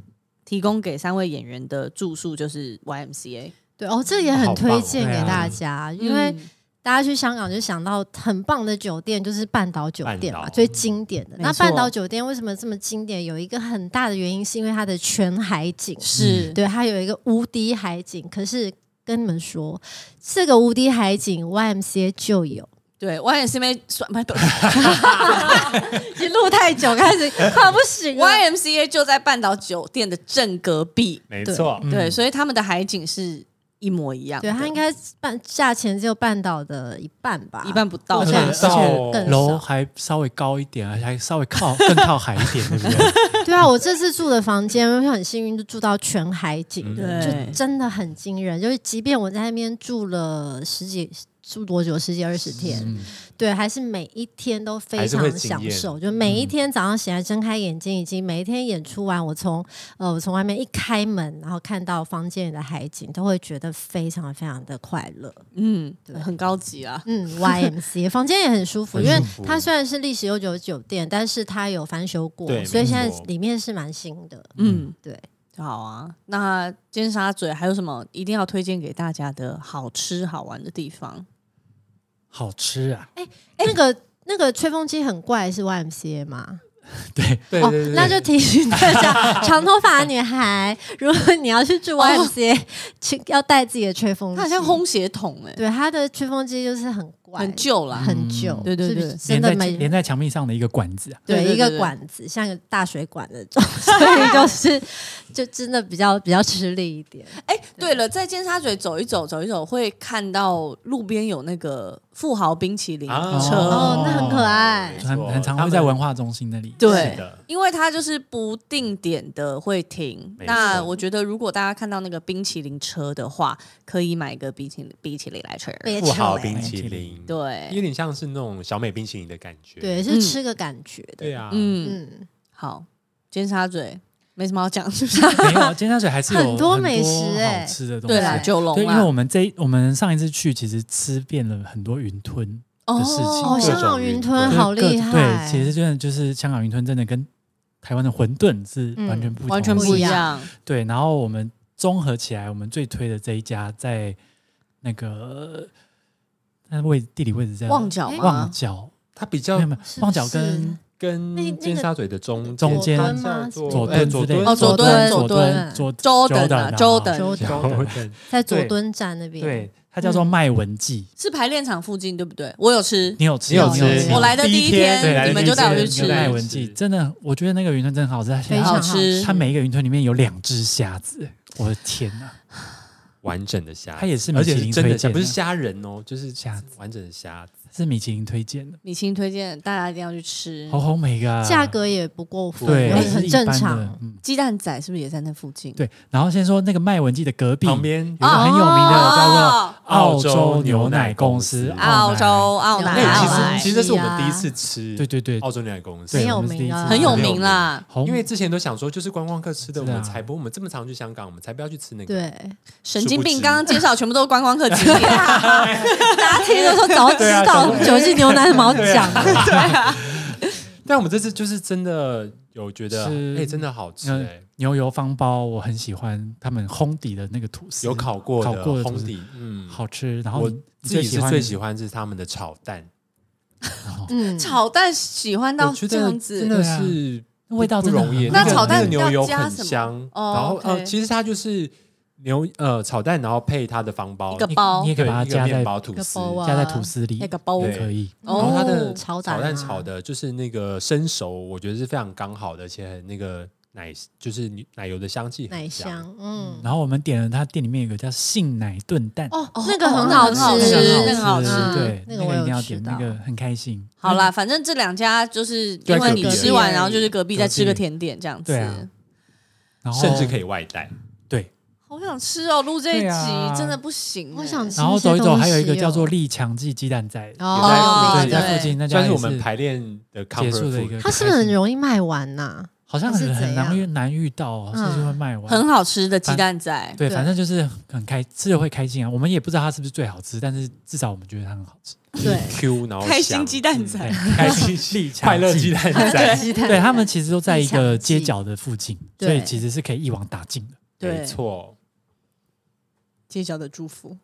A: 提供给三位演员的住宿就是 YMCA，
D: 对哦，这也很
C: 好棒
D: 推荐
B: 对
D: 给
B: 啊
D: 大家，因为
A: 嗯
D: 大家去香港就想到很棒的酒店，就是半岛酒店嘛，
C: 半岛
D: 最经典的。
A: 没错
D: 那半岛酒店为什么这么经典？有一个很大的原因是因为它的全海景，
A: 是
D: 对，它有一个无敌海景。可是跟你们说，这个无敌海景 YMCA 就有，
A: 对，我也是没算蛮懂。
D: 已经录太久，开始快不行
A: 啊
D: 了。
A: YMCA 就在半岛酒店的正隔壁，
C: 没错，
A: 对，所以他们的海景是一模一样的。
D: 嗯对，它应该半价钱只有半岛的一半吧，
A: 一半不到
D: 而
B: 对
D: 且
A: 吧
D: 而
B: 而。且
D: 且更
B: 楼
D: 少。
B: 还稍微高一点，而且还稍微靠更靠海一点，对不 对？
D: 对啊，我这次住的房间我很幸运，就住到全海景，
A: 嗯对
D: 就真的很惊人。就是即便我在那边住了十几。住多久？十几二十天，
B: 嗯
D: 对，还是每一天都非
C: 还是会
D: 常
C: 惊
D: 享
C: 艳嗯
D: 受。就每一天早上起来睁开眼睛，以及每一天演出完，我从呃我从外面一开门，然后看到房间里的海景，都会觉得非常非常的快乐。
A: 嗯
D: 对，
A: 很高级啊。
D: 嗯，YMCA 房间也很舒服，因为
C: 很舒服
D: 它虽然是历史悠久的酒店，但是它有翻修过
C: 对，
D: 所以
C: 没
D: 现在
C: 错
D: 里面是蛮新的。
A: 嗯，
D: 对，
A: 好啊。那尖沙咀还有什么一定要推荐给大家的好吃好玩的地方？
B: 好吃啊！
A: 哎
D: 哎那个那个吹风机很怪，是 YMCA 吗？哦
B: 对，
C: 对对对，
D: 那就提醒大家，长头发的女孩，如果你要去住 YMCA，请、要带自己的吹风机。
A: 它哦好像烘鞋桶哎、
D: 对，它的吹风机就是很怪，
A: 很旧啦。
D: 很旧，
B: 嗯
A: 对对对
D: 是真
B: 连
D: 的
B: 在
D: 没
B: 连在墙壁上的一个管子啊，
A: 对
D: 对
A: 对
D: 一个
A: 对
D: 管子，像一个大水管那种， 所以就是就真的比较比较吃力一点。
A: 哎、对了，在尖沙咀走一走，走一走会看到路边有那个富豪冰淇淋
C: 啊
A: 车，
D: 哦那很可爱
C: 没
B: 就
C: 错
B: 很很常
C: 他
B: 会
C: 们
B: 在文化中心那里。
A: 对
C: 是的
A: 因为它就是不定点的会停。
C: 没错
A: 那我觉得，如果大家看到那个冰淇淋车的话，可以买个冰淇淋冰淇淋来吃。
D: 别
C: 富豪
D: 扯欸
C: 冰淇淋，，有
A: 对，
C: 点像是那种小美冰淇淋的感觉。
D: 对，
A: 嗯
D: 是吃个感觉的。
C: 对啊，
A: 嗯，
D: 嗯，
A: 好，尖沙咀没什么好讲，是不是？
B: 没有，啊尖沙咀还是有
D: 很多美食
B: 很多
D: 欸
B: 好吃的东西。
A: 对啦，
D: 对
A: 九龙啊
B: 对，
D: 啊
B: 因为
A: 啦
B: 我，们这一我们上一次去，其实吃遍了很多云吞，的事情
A: 嗯
D: 哦，
C: 各
D: 香
C: 像
D: 港
C: 种
D: 云
C: 云
D: 吞
C: 吞
B: 就是
D: 好
B: 各
D: 厉害。
B: 对，其实真的就是香港云吞，真的跟台湾的馄饨是完全不同的
A: 完全
D: 嗯不
A: 不
D: 一
A: 一
D: 样
A: 样。
B: 对，然后我们综合起来，我们最推的这一家在那个那位地理位置在
A: 旺角
D: 哎
A: 吗
B: 啊旺？角，
C: 它比较
B: 没有没有
D: 是不
B: 旺角
D: 是
B: 跟
D: 那那
C: 跟
D: 个
C: 尖沙咀的中
B: 中间
C: 它叫做
B: 左
C: 哎
B: 敦之类的
A: 哦左敦
B: 左敦左
A: 周等啊，周等
D: 周
C: 然
D: 董
C: 后等
D: 在左
B: 对
D: 敦站那边，
B: 对，它叫做麦文记，
A: 是排练场附近，对不对？我有吃，
B: 你有吃？
C: 你有
B: 你
C: 吃
B: 有吃？
A: 我来的第一天
B: 对，来的
A: 你们
B: 第一
A: 就带我去
B: 间
A: 吃
B: 有麦文记，真的，我觉得那个云吞真的好吃，而且
D: 非常
A: 好
D: 好
A: 吃
D: 吃。
B: 它每一个云吞里面有两只虾子，我的天哪！
C: 完整的虾，
B: 它也是米
C: 而
B: 其
C: 且
B: 林
C: 是真
B: 推
C: 的虾，
B: 荐
C: 不
B: 的，
C: 是虾仁哦，就是
B: 虾子
C: 完整的虾子，
B: 是米其林推荐的，
A: 米其林推荐大家一定要去吃
B: 好。好美个
D: 价格也不过分，
B: 对
D: 很很正。
B: 是一般的
D: 常。
B: 嗯
A: 鸡蛋仔是不是也在那附近？
B: 对，然后先说那个麦文记的隔壁
C: 旁边
B: 有一个很有名的叫做
A: 哦
B: 澳洲牛奶公司
C: 澳，洲
A: 澳洲澳
D: 奶
A: 奶，
C: 哎，
A: 澳
C: 其
A: 奶
C: 实其实这是我们第一次吃，
B: 对对对，
C: 澳洲牛奶公司
B: 对
D: 很有
B: 我们是第一
D: 名啊
B: 次
A: 很有
C: 很有
A: 名啦。
B: 红
C: 因为之前都想说，就是观光客吃的，我
B: 是啊
C: 们才不，我们这么常去香港，我们才不要去吃那个。
D: 对，
A: 神
C: 殊
A: 经
C: 不
A: 病！
C: 知
A: 刚刚介绍全部都是观光 客景点，
D: 大家听都说早知道酒精牛奶怎么好讲的，
A: 啊
C: 但我们这次就是真的有觉得，
B: 是
C: 哎，真的好吃，
B: 嗯
C: 哎，
B: 牛油方包，我很喜欢他们烘底的那个吐司，
C: 有烤过
B: 烤
C: 的
B: 过的吐
C: 烘
B: 司
C: 底，嗯，
B: 好吃。然后
C: 我
B: 你你
C: 自己是最喜
B: 欢
C: 欢是他们的炒蛋，
D: 嗯，
A: 炒蛋喜欢
C: 我
A: 到
C: 觉
A: 这
C: 得
A: 样
C: 真
A: 子，
C: 的是
B: 啊那味道
C: 不
B: 真的
C: 容易。
B: 很
A: 那
B: 个
A: 炒蛋
C: 个牛油
A: 要加
C: 很
A: 什么
C: 香，
A: 哦
C: 然后
A: OK
C: 呃，其实它就是牛呃炒蛋，然后配它的方包
A: 一个
B: 你
A: 包
B: 你也可以把它
C: 对一个
B: 加在
C: 面包吐
D: 一个
C: 司，
D: 包啊
B: 加在吐司里，
A: 那个包
C: 对
B: 可以。
C: 然后它的
A: 哦
D: 炒蛋啊
C: 炒蛋炒的就是那个生熟，我觉得是非常刚好的，而且很那个奶就是奶油的香气很
D: 奶
C: 香。
D: 香，嗯，
B: 然后我们点了他店里面有个叫杏奶炖蛋，
D: 哦
A: 哦，
D: 那个
A: 哦
D: 很
A: 那
D: 好
A: 很
D: 吃
A: 好，吃那个好吃
D: 嗯
B: 对，
D: 那
B: 那
D: 个
B: 个
D: 我
B: 一定
D: 有
B: 要
D: 吃
B: 点，
D: 到
B: 那。个很开心。
A: 好啦，反正这两家就是
C: 就
A: 因
C: 在
A: 为
C: 啊隔
A: 你
C: 壁
A: 吃完，然后就去隔壁再吃个甜点这样子
B: 对。啊然后
C: 甚至可以外带，
B: 对，
A: 好想吃哦！录这一
B: 对
A: 集
B: 啊
A: 真的不行欸，
D: 我想吃
B: 然后
D: 这些
B: 走一走，
D: 东西
B: 还有一个
D: 哦
B: 叫做丽强记鸡蛋仔，
D: 哦，
A: 对
B: 对，
A: 对
B: 在附近那家
C: 算
B: 也
C: 是我们排练的
B: 结束的一
C: comfort
B: 个
C: food。
D: 它是不是很容易卖完呐？
B: 好像
D: 是怎
B: 很很
D: 样
B: 难遇难遇到哦，
D: 嗯
B: 是不是会卖完？
A: 很好吃的鸡蛋
C: 啊
A: 仔，
B: 对，
D: 对
B: 反正就是很开，吃了会开心啊。我们也不知道它是不是最好吃，但是至少我们觉得它很好吃。
D: 对，
C: Q，然后
A: 开心鸡蛋仔
C: 香，
B: 对，
C: 开心力快乐鸡蛋
A: 对
C: 仔，
D: 鸡蛋
B: 对他们其实都在一个
D: 立强记
B: 街角的附近，
D: 对
B: 所以其实是可以一网打尽的。
A: 对
C: 没错。
A: 街角的祝 福。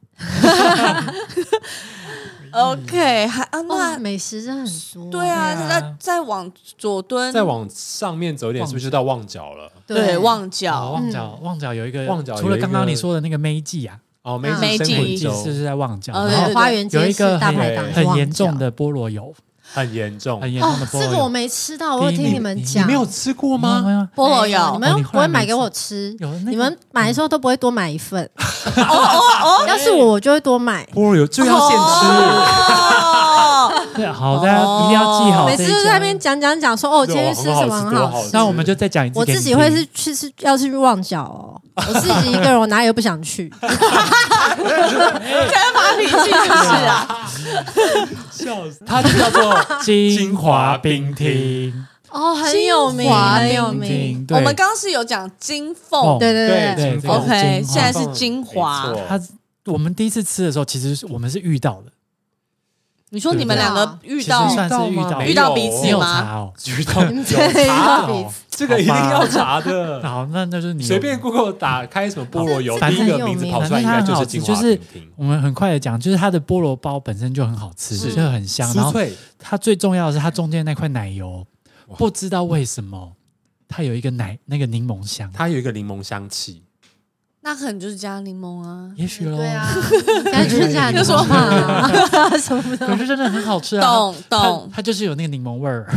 A: OK，还啊
D: 哇，
A: 那
D: 美食真的很多，
A: 对啊，
B: 哦对啊
A: 再再往左蹲，
C: 再往上面走一点，是不是就到旺角了？
A: 对旺
B: 哦
A: 角
B: 旺角，旺角有一个，
C: 旺角有一个
B: 除了刚刚你说的那个梅记啊，
C: 哦，梅
D: 啊
A: 梅
C: 子
A: 记
C: 生魂
B: 季是
C: 州
B: 不是在旺角？
A: 哦
B: 然后
A: 对对
D: 花园
B: 有
D: 街
B: 一
D: 是
B: 个
D: 大排档，
B: 很
D: 旺
B: 严重
D: 角
B: 的菠萝油，
C: 很严重，
B: 很严重的
D: 哦，这
B: 菠萝
D: 个我
B: 油。
D: 没吃到，我有听
B: 你
D: 你们
B: 你
D: 讲，
C: 你没有吃过吗？
B: 有？
A: 菠萝油，
D: 有，你们
B: 哦你
D: 又
B: 后
D: 不
B: 来
D: 会
B: 没
D: 买给
B: 吃
D: 我吃，
B: 有那个嗯
D: 你们买的时候都不会多买一 份，
A: 哦哦
D: 要是我我就会多买。
C: 菠萝油就要现吃，
A: 哦，
B: 对，好，大家一定要记好
D: 哦每
B: 这一
D: 次
B: 家。
D: 就在那边讲讲讲，说哦，今天去吃什么
C: 很好吃
D: 很
C: 多好
D: 好吃
C: 吃。
B: 那我们就再讲一次。
D: 我自己会是，去是要是去旺角 哦，我自己一个人，我哪里都不想去。
A: 现在发脾气是不是啊？
C: 笑死！它就叫 做
B: 金华
C: 华冰
B: 冰厅
C: 厅，
D: 哦，很
A: 金
D: 有名，
A: 华
D: 很有
A: 冰
D: 名。
B: 厅。对
A: 我们刚刚是有讲金
B: 哦
A: 凤
D: 对对对
B: 对
C: 对
B: 对
A: ，OK，
B: 金华
A: 现在是金华
C: 没。错
B: 它我们第一次吃的时候，其实是我们是遇到的，
A: 你说你们两个遇到
B: 啊其实算是遇到
C: 没有
A: 遇到彼此
B: 你有
A: 吗
B: 查哦。
C: 遇到
D: 对，
C: 有
D: 要
C: 查
D: 比
C: 哦，这个一定要查的。
B: 好，那那就是你有
C: 随便 Google 打开什么菠萝油，
D: 这
C: 第一
D: 这
C: 个
D: 很有
C: 名字
D: 名
C: 跑出来应该就是金华冰厅。
B: 我们很快的讲，就是它的菠萝包本身就很好吃，
C: 是
B: 就很香。然
C: 酥
B: 后
C: 脆，
B: 它最重要的是它中间那块奶油，
C: 哇
B: 不知道为什么它有一个奶那个柠檬香，
C: 它有一个柠檬香气，
A: 那可能就是加柠檬啊。
B: 也许喽。
D: 对 啊，感觉 起来
A: 就说
D: 嘛，什么
B: 可是真的很好吃啊，
A: 懂
B: 它
A: 懂，
B: 它就是有那个柠檬味儿。
C: 哦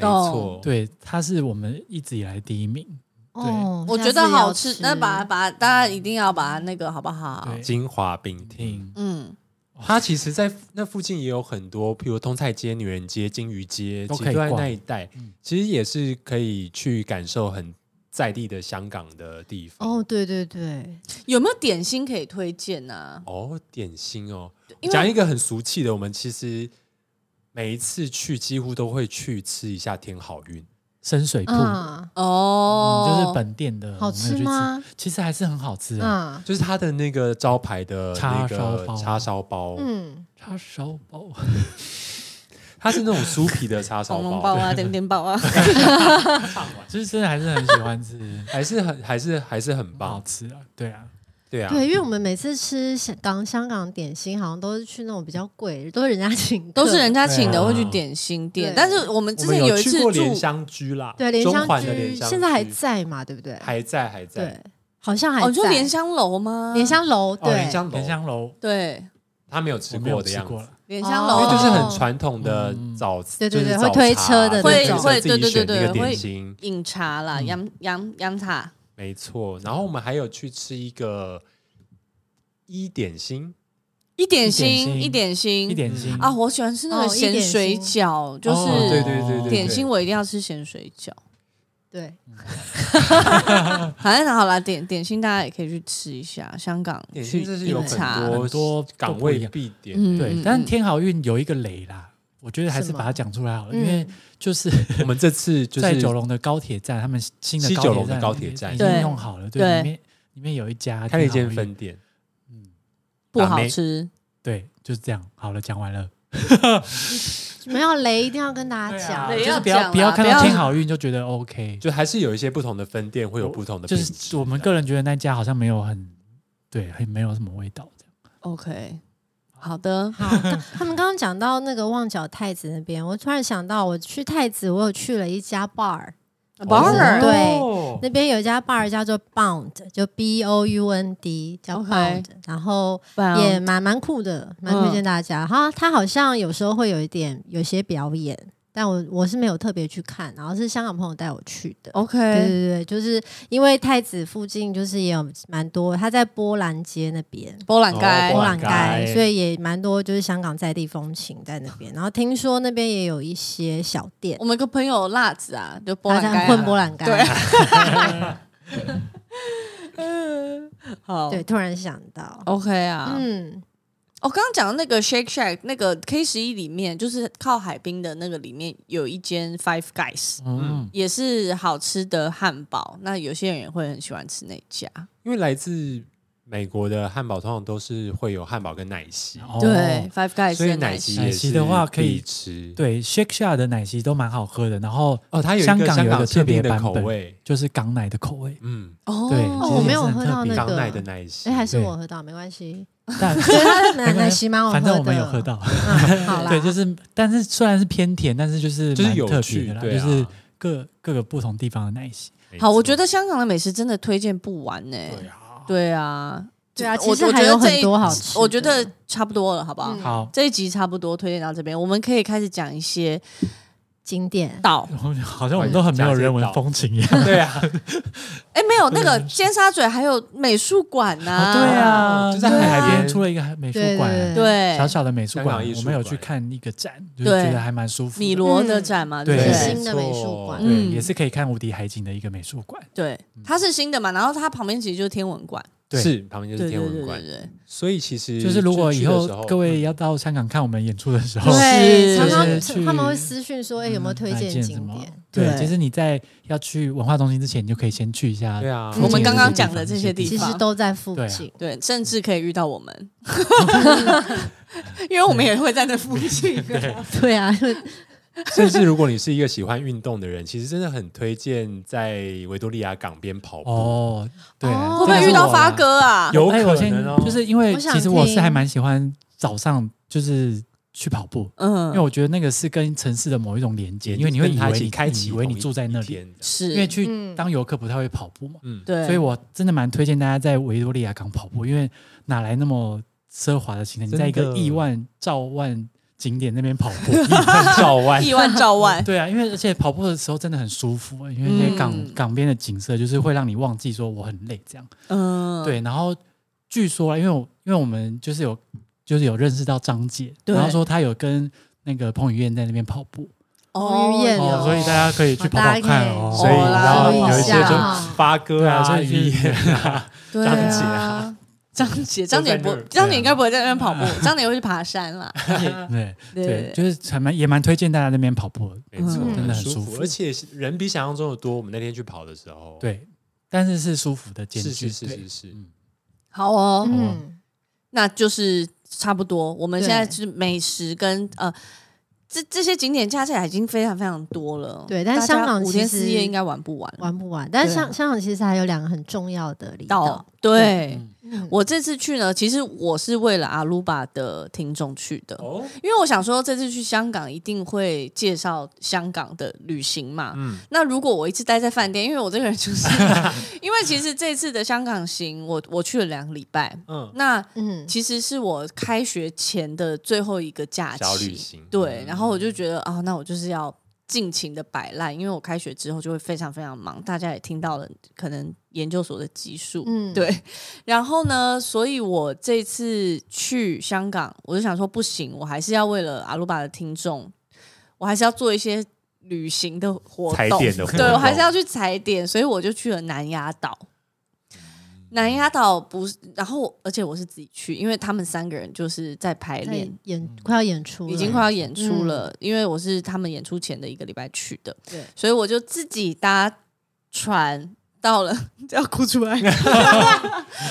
C: 没
A: 哦
C: 错，
B: 对，它是我们一直以来第一名。
D: 哦，
A: 我
D: 下
A: 觉
D: 次
A: 得
D: 也
A: 好
D: 要
A: 吃，那把把大家一定要把它那个好不好？
B: 对，
C: 金华冰厅。
B: 挺
A: 嗯，
C: 它其实，在那附近也有很多，譬如通菜街、女人街、金鱼街、
B: 都
C: 吉
B: 可以
C: 端
B: 逛
C: 那一带
B: 嗯，
C: 其实也是可以去感受很在地的香港的地方。
D: 哦，对对对，
A: 有没有点心可以推荐啊呢？
C: 哦，点心哦，
A: 因为
C: 讲一个很俗气的，我们其实每一次去几乎都会去吃一下天好运，
B: 深水埗，
D: 嗯
A: 哦
B: 嗯，就是本店的，
D: 好吃吗
B: 我们有去吃？其实还是很好吃啊，
D: 嗯
C: 就是它的那个招牌的
B: 叉
C: 那
B: 烧
C: 个
B: 包
C: 叉烧包，
D: 嗯，
B: 叉烧包，
C: 它是那种酥皮的叉烧
A: 恐龙包
C: 包，
A: 啊，点点包啊，
B: 就是真的还是很喜欢吃，
C: 还是很还是还是很
B: 很好
C: 棒，
B: 吃 啊。对啊，
C: 对啊，
D: 对，因为我们每次吃香港香港点心，好像都是去那种比较贵，都是人家 请客，
A: 都是人家请
B: 对啊
A: 的，会去点心店
D: 对。
A: 但是我们
C: 我
A: 之
C: 们
A: 前一
C: 去
A: 次
C: 过
A: 住
C: 莲，香居啦，
D: 对莲
C: 中
D: 香
C: 环的
D: 居
C: 莲香
D: 现在还
C: 居
D: 在嘛，对不对？
C: 还在还在。
D: 对，好像还
A: 哦，
D: 在。
A: 你说莲香楼吗？
D: 莲香楼，
C: 哦，
D: 对，
C: 莲香
B: 莲
C: 楼，
B: 香楼
A: 对，
C: 他没有吃
B: 我没有
C: 过的
B: 吃
C: 样
B: 过
C: 子，
B: 了，
A: 莲香
C: 因
A: 楼
C: 为
D: 哦
C: 哎就是很传统的
B: 嗯
C: 早，
D: 对对
C: 就是
D: 对
C: 早
D: 会推
C: 茶
D: 车的
A: 会
C: 自己
A: 会
C: 自己
A: 对对
C: 选
A: 对
C: 那个
A: 对
C: 点
A: 会
C: 心，
A: 饮茶啦，洋洋洋茶，
C: 没错。然后我们还有去吃一个一点心，
A: 一点
B: 一点
A: 心
B: 心
A: 一点心
B: 一点心
A: 啊！，我喜欢吃那
D: 哦
A: 个
D: 一点
A: 咸
D: 心
A: 水饺，就
C: 哦对
A: 是
C: 对对对，
A: 点心，
C: 对
A: 我一定要吃咸水饺。
D: 对，
A: 反正好啦，点点心大家也可以去吃一下，香港
C: 点
A: 去
C: 心这是有
A: 饮茶
C: 很
B: 很多
C: 多
B: 都
C: 岗
B: 不一
C: 位
B: 样
C: 必点。
A: 嗯
B: 对
A: 嗯，
B: 但
A: 嗯
B: 天好运有一个雷啦，我觉得还是把它讲出来
C: 哦
A: 嗯
B: 好了，因
D: 嗯
B: 为就是
C: 我们这 次就
B: 在
C: 是
B: 九龙的高铁站，他们新的
C: 西
B: 高
C: 九
B: 铁
C: 龙的
B: 站
C: 高
B: 那
C: 铁
B: 边
C: 站
B: 已经
A: 对
B: 用好了，对，
A: 对
B: 里面里面有一家
C: 开了一
B: 天
C: 间
B: 好运，
C: 分店，
B: 嗯，
A: 不
C: 打
A: 好
C: 妹
A: 吃。
B: 对，就是这样。好了，讲完了，
D: 没有雷一定要跟大家
A: 啊
D: 讲
A: 雷。
B: 就是不
A: 要讲
B: 要
A: 啦
B: 不要看
A: 不
B: 到
A: 要
B: 天好运就觉得 OK，
C: 就还是有一些不同的分店会有不同的
B: 就
C: 品质，
B: 是我们个人觉得那家好像没有很对，很没有什么味道这样。
A: OK，好的，
D: 好，刚他们刚刚讲到那个旺角太子那边，我突然想到，我去太子，我有去了一家 bar，
A: Barber
D: 对
C: 哦
D: 那边有一家 bar 叫做 Bound，就 B O U N D，叫
A: OK
D: Bound，然后也蛮蛮酷的，蛮推荐大家。哈、他好像有时候会有一点有些表演，但我我是没有特别去看，然后是香港朋友带我去的。对
A: OK，
D: 对对，就是因为太子附近就是也有蛮多，他在波兰街那边，
A: 波兰
C: 哦
A: 街
D: 波
C: 波
D: 兰
C: 兰
D: 街，
C: 街
D: 所以也蛮多就是香港在地风情在那边。然后听说那边也有一些小店
A: 我，们有个朋友辣子啊，就波
D: 他
A: 兰
D: 在
A: 街、啊、
D: 混波兰街。
A: 对好
D: 对，突然想到，
A: OK 啊，
D: 嗯，
A: 我刚刚讲的那个 Shake Shack 那个 K 十一里面，就是靠海滨的那个里面有一间 Five Guys，
B: 嗯，
A: 也是好吃的汉堡，那有些人也会很喜欢吃那家。
C: 因为来自美国的汉堡通常都是会有汉堡跟奶昔，
B: 哦
A: 对，Five Guys
C: 所以
A: 的
C: 奶
A: 昔
C: 昔
B: 奶
C: 也
B: 昔
C: 是
B: 的话可以
C: 必吃。
B: 对，Shake Shack 的奶昔都蛮好喝的，然后
C: 哦，它有一
B: 香
C: 个
B: 港
C: 香
B: 有一个
C: 港
B: 特
C: 限
B: 别
C: 定
B: 版
C: 的口
B: 本
C: 味，
B: 就是港奶的口味，
C: 嗯，
A: 哦
B: 对
D: 哦我没有喝到那
B: 这
D: 个
C: 港奶的奶昔
D: 哎，，还是
B: 对
D: 我喝到没关系，
B: 但
D: 对，他奶
B: 没关
D: 奶
B: 系
D: 昔蛮好喝的，
B: 反正我们有喝到，
D: 嗯，好啦，
B: 对，就是但是虽然是偏甜，但是就是
C: 就是
B: 蛮特
C: 有
B: 别
C: 趣
B: 的，啦，
C: 对
B: 就
C: 啊
B: 是各各个不同地方的奶昔。
C: 没
A: 好，我
C: 错
A: 觉得香港的美食真的推荐不完呢、
C: 对啊，
A: 对啊，
D: 对啊，
A: 我
D: 其实
A: 我觉
D: 还
A: 得
D: 有
A: 这
D: 很
A: 一
D: 多好吃的。
A: 我觉得差不多了，好不好？
D: 嗯
B: 好，
A: 这一集差不多推荐到这边，我们可以开始讲一些
D: 景点
A: 岛。
B: 好像我们都很没有人文风情一样。
C: 对啊，
A: 哎，没有那个尖沙咀还有美术馆呐、
B: 哦 对啊，
C: 就
B: 就
C: 在
B: 在
C: 海
B: 海
C: 边
B: 边出了一个美术
D: 对
B: 馆，
A: 对
B: 小小的美术
C: 香
B: 馆
C: 港艺，术
B: 我们有去看一个展，就
A: 对
B: 觉得还蛮舒服
A: 米
B: 的。嗯
A: 罗的展嘛，对不
B: 对
D: 新
A: 对？
D: 的美术馆
C: 没
A: 错
B: 对，
A: 嗯
B: 也是可以看无敌海景的一个美术馆。
A: 对，
B: 嗯
A: 它是新的嘛，然后它旁边其实就是天文馆，
B: 对
C: 是旁边就
A: 对
C: 是
A: 对
C: 天
A: 对
C: 文
A: 对
C: 馆，
A: 对，
B: 嗯
C: 所以其实
B: 就是如果
C: 去
B: 以
C: 的
B: 后
C: 时候嗯
B: 各位要到香港看我们演出的时候，
D: 对，
A: 是
D: 常
B: 就
D: 常
B: 哦是去
D: 他们会私讯说，哎，有没有推
B: 推
D: 荐
B: 荐
D: 景
B: 什么
D: 点？？
B: 对，
A: 对
B: 其实你在要去文化中心之前，你就可以先去一下。
C: 对啊，
D: 嗯
A: 我们刚刚讲的这些
D: 其
A: 地
D: 实
A: 方，
D: 都在附
B: 对啊
D: 近。
A: 对，甚至可以遇到我 们，因为我们也会在那附近。
D: 对 啊，
C: 甚至如果你是一个喜欢运动的人，其实真的很推荐在维多利亚港边跑步。
B: 哦，对，
D: 哦
A: 会不会遇到发？哥啊？
C: 有
B: 哎，我
C: 可
B: 先
C: 能哦
B: 就是因为
D: 我想
B: 其实我是
D: 听
B: 还蛮喜欢早上就是去跑步，因为
A: 嗯，
B: 我觉得那个是跟城市的某一种连接，因为你会
C: 跟
B: 以
C: 他一
B: 为
C: 起
B: 你
C: 开启
B: 以为你
C: 同一
B: 住在那
C: 一
B: 里，
C: 天的
A: 是，
B: 因为去
D: 嗯
B: 当游客不太会跑步嘛，
C: 嗯，
A: 对，
B: 所以我真的蛮推荐大家在维多利亚港跑步，因为哪来那么奢华的行程？你在一
C: 真
B: 个
C: 的
B: 亿万兆万景点那边跑 步，
C: 照弯
A: 亿万兆万，
B: 对啊，因为而且跑步的时候真的很舒服、因为那些港、
A: 嗯
B: 港边的景色就是会让你忘记说我很累这样。
A: 嗯，
B: 对，然后据说啊，因为我因为我们就是有就是有认识到张姐，
A: 对
B: 然后说她有跟那个彭于晏在那边跑步，
D: 彭于
A: 哎
D: 晏
B: 哦，所以大家可以去跑跑看哦。
D: 好
C: 所以
A: 哦
C: 然
A: 啦
C: 后
A: 注意
C: 有一
A: 一
C: 些
A: 下
C: 就
D: 哦
C: 发哥啊，
B: 对啊所以
C: 语 言啊，
A: 对
C: 张姐
A: 啊
C: 啊。
A: 张姐，张姐不
C: 都在那儿，
A: 张姐应该不会在那边跑步，张姐会去爬山啦。
B: 对对，
A: 对，
B: 就是还蛮也蛮推荐大家那边跑步的，
C: 没错，
A: 嗯
B: 真的很
C: 舒
B: 舒
C: 服，
B: 服
C: 而且人比想象中的多。我们那天去跑的时候，，
B: 对，但是是舒服的间
C: 是
B: 距，
C: 是是
B: 对嗯
C: 是是，
A: 好哦，
D: 嗯，
A: 那就是差不多。我们
D: 对
A: 现在是美食跟呃，这这些景点加起来已经非常非常多了。
D: 对但是
A: 大家
D: 香港
A: 五
D: 其
A: 天
D: 实
A: 四夜应该玩不完。
D: 玩不完。但是
A: 对啊
D: 香香港其实还有两个很重要的离岛
A: 到，对
B: 嗯
D: 嗯
A: 我这次去呢，其实我是为了阿鲁巴的听众去的，
C: 哦，
A: 因为我想说这次去香港一定会介绍香港的旅行嘛。
C: 嗯，
A: 那如果我一直待在饭店，因为我这个人就是，因为其实这次的香港行，我我去了两个礼拜，
C: 嗯，
A: 那
D: 嗯，
A: 其实是我开学前的最后一个假期，
C: 小旅行
A: 对，然后我就
C: 得
A: 觉得啊，那我就是要尽情的摆烂，因为我开学之后就会非常非常忙。大家也听到了，可能研究所的集数，
D: 嗯
A: 对。然后呢，所以我这次去香港，我就想说不行，我还是要为了阿鲁巴的听众，我还是要做一些旅行的活动，
C: 踩点的活动
A: 对我还是要去踩点，所以我就去了南丫岛。南丫岛不是，然后而且我是自己去，因为他们三个人就是在排
D: 在
A: 练，
D: 演
B: 嗯
D: 快要演出了，嗯
A: 已经快要演出了，因为我是他们演出前的一个礼拜去的，
D: 对
A: 所以我就自己搭船到了， 要哭出 来，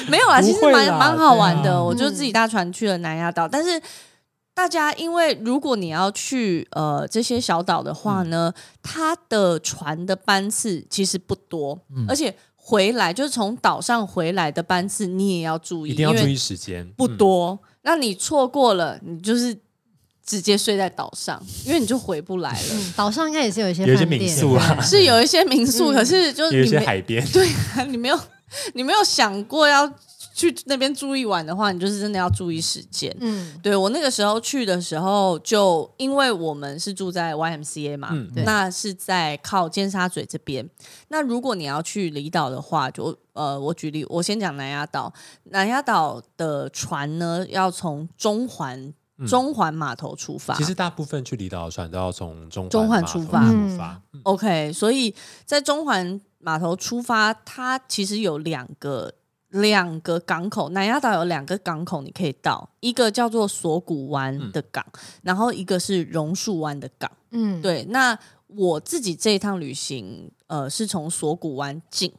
A: 没有啊，其实
C: 不会啦
A: 蛮蛮好玩的，
C: 对啊
A: 我就自己搭船去了南丫岛，但是。大家，因为如果你要去呃这些小岛的话呢，
C: 嗯
A: 它的船的班次其实不多，
B: 嗯
A: 而且回来就是从岛上回来的班次你也要注意，
C: 一定要
A: 因为
C: 注意时间，
A: 不
C: 嗯，
A: 多，那你错过了，你就是直接睡在岛上，因为你就回不来了。
D: 嗯岛上应该也是有一些
C: 有一些
D: 饭
C: 民
D: 店
C: 宿啊
A: 是有一些民宿，
D: 嗯
A: 可是就是
C: 有一
A: 你
C: 些
A: 没
C: 海边，
A: 你没有你没有想过要去那边住一晚的话，你就是真的要注意时间。
D: 嗯，
A: 对我那个时候去的时候，就因为我们是住在 YMCA 嘛，
C: 嗯
D: 对
A: 那是在靠尖沙咀这边。那如果你要去离岛的话，就呃，我举例，我先讲南丫岛。南丫岛的船呢，要从中环、
C: 嗯
A: 中环码头出发。
C: 其实大部分去离岛的船都要从中
A: 中环
C: 码头
A: 出发
C: 出发，嗯
A: OK，所以在中环码头出发，它其实有两个两个港口，南丫岛有两个港口你可以到，一个叫做锁骨湾的港，然后一个是榕树湾的港。
D: 嗯，
A: 对，那我自己这一趟旅行，呃，是从锁骨湾进，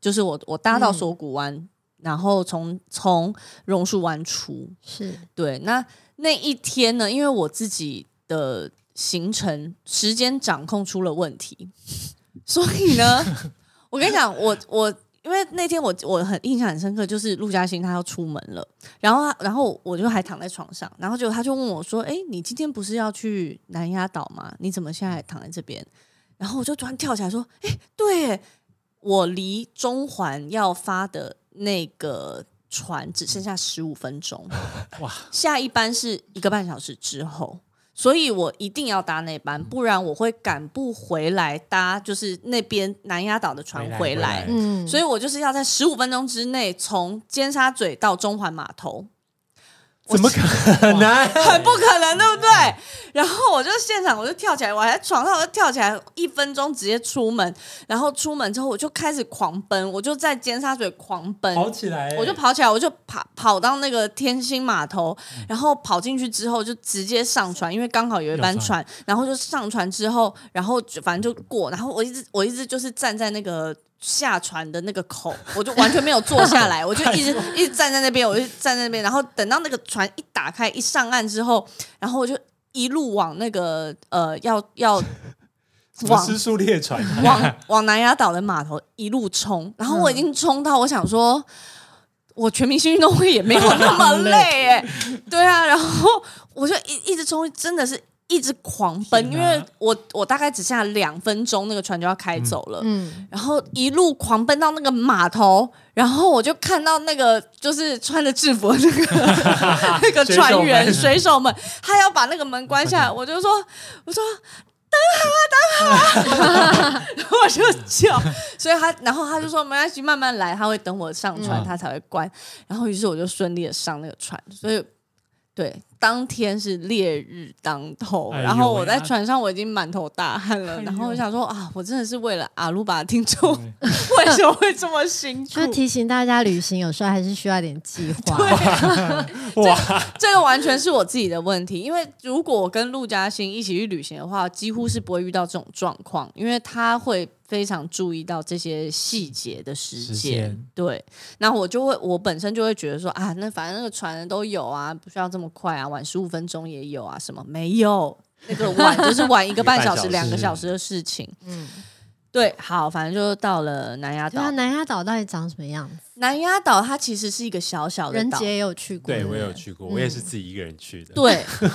A: 就是我我搭到
D: 嗯
A: 锁骨湾，然后从从榕树湾出，
D: 是
A: 对，那那一天呢，因为我自己的行程时间掌控出了问题，所以呢，我跟你讲，我我因为那天我我很印象很深刻，就是陆嘉欣她要出门了，然后她然后我就还躺在床上，然后就她就问我说：“哎，你今天不是要去南丫岛吗？你怎么现在还躺在这边？”然后我就突然跳起来说：“哎，对耶，我离中环要发的那个船只剩下十五分钟，
B: 哇
A: 哇！下一班是一个半小时之后，所以我一定要搭那班，不然我会赶不回来搭，就是那边南丫岛的船
B: 回
A: 回
B: 来
A: 来。
B: 回
D: 嗯，
A: 所以我就是要在十五分钟之内从尖沙咀到中环码头，
C: 怎么可能？
A: 很 不可能，对不对？然后我就现场，我就跳起来，我还在床上，我就跳起来，一分钟直接出门。然后出门之后，我就开始狂奔，我就在尖沙咀狂奔，
C: 跑起来欸、
A: 我就跑起来，我就跑跑到那个天星码头，然后跑进去之后就直接上船，因为刚好有一班
B: 有船
A: 船，然后就上船之后，然后就反正就过，然后我一直我一直就是站在那个。下船的那个口，我就完全没有坐下来，我就一直一直站在那边，我就站在那边，然后等到那个船一打开一上岸之后，然后我就一路往那个呃要要
C: 什么
A: 往
C: 失速列船，
A: 往往南丫岛的码头一路冲，然后我已经冲到我想说，我全明星运动会也没有那么累哎、对啊，然后我就一一直冲，真的是一直狂奔，因
B: 天哪
A: 为我我大概只剩下两分钟，那个船就要开走了，
D: 嗯，
A: 然后一路狂奔到那个码头，然后我就看到那个就是穿着制服的那个 那个船员水手们，他要把那个门关下来，我就说我说。等好啊，等好啊！然后我就叫，所以他，然后他就说没关系，慢慢来，他会等我上船，
B: 嗯
A: 他才会关。然后于是我就顺利的上那个船，所以对，当天是烈日当头，
B: 哎呦
A: 然后我
B: 喂
A: 在
B: 啊哎
A: 船上我已经满头大汗了，然后我想说啊，我真的是为了阿鲁巴的听众， 为什么会这么辛苦
D: 就？提醒大家，旅行有时候还是需要点计划。
A: 这个完全是我自己的问题，因为如果我跟陆嘉欣一起去旅行的话，几乎是不会遇到这种状况，因为他会非常注意到这些细节的时
B: 时
A: 间。
B: 间
A: 对，那我就会，我本身就会觉得说啊，那反正那个船都有啊，不需要这么快啊，晚十五分钟也有啊，什么没有。那个晚就是晚一个半小
C: 一
A: 时、
C: 个半小时
A: 两个小时的事情。
D: 嗯，
A: 对，好，反正就到了南丫
D: 对
A: 岛
D: 啊，。南丫岛到底长什么样子？
A: 南丫岛它其实是一个小小的
D: 人
A: 岛，
D: 杰也有去过，
C: 对
D: 不
C: 我也有去过，我也是自己一个人去的，，
A: 嗯对，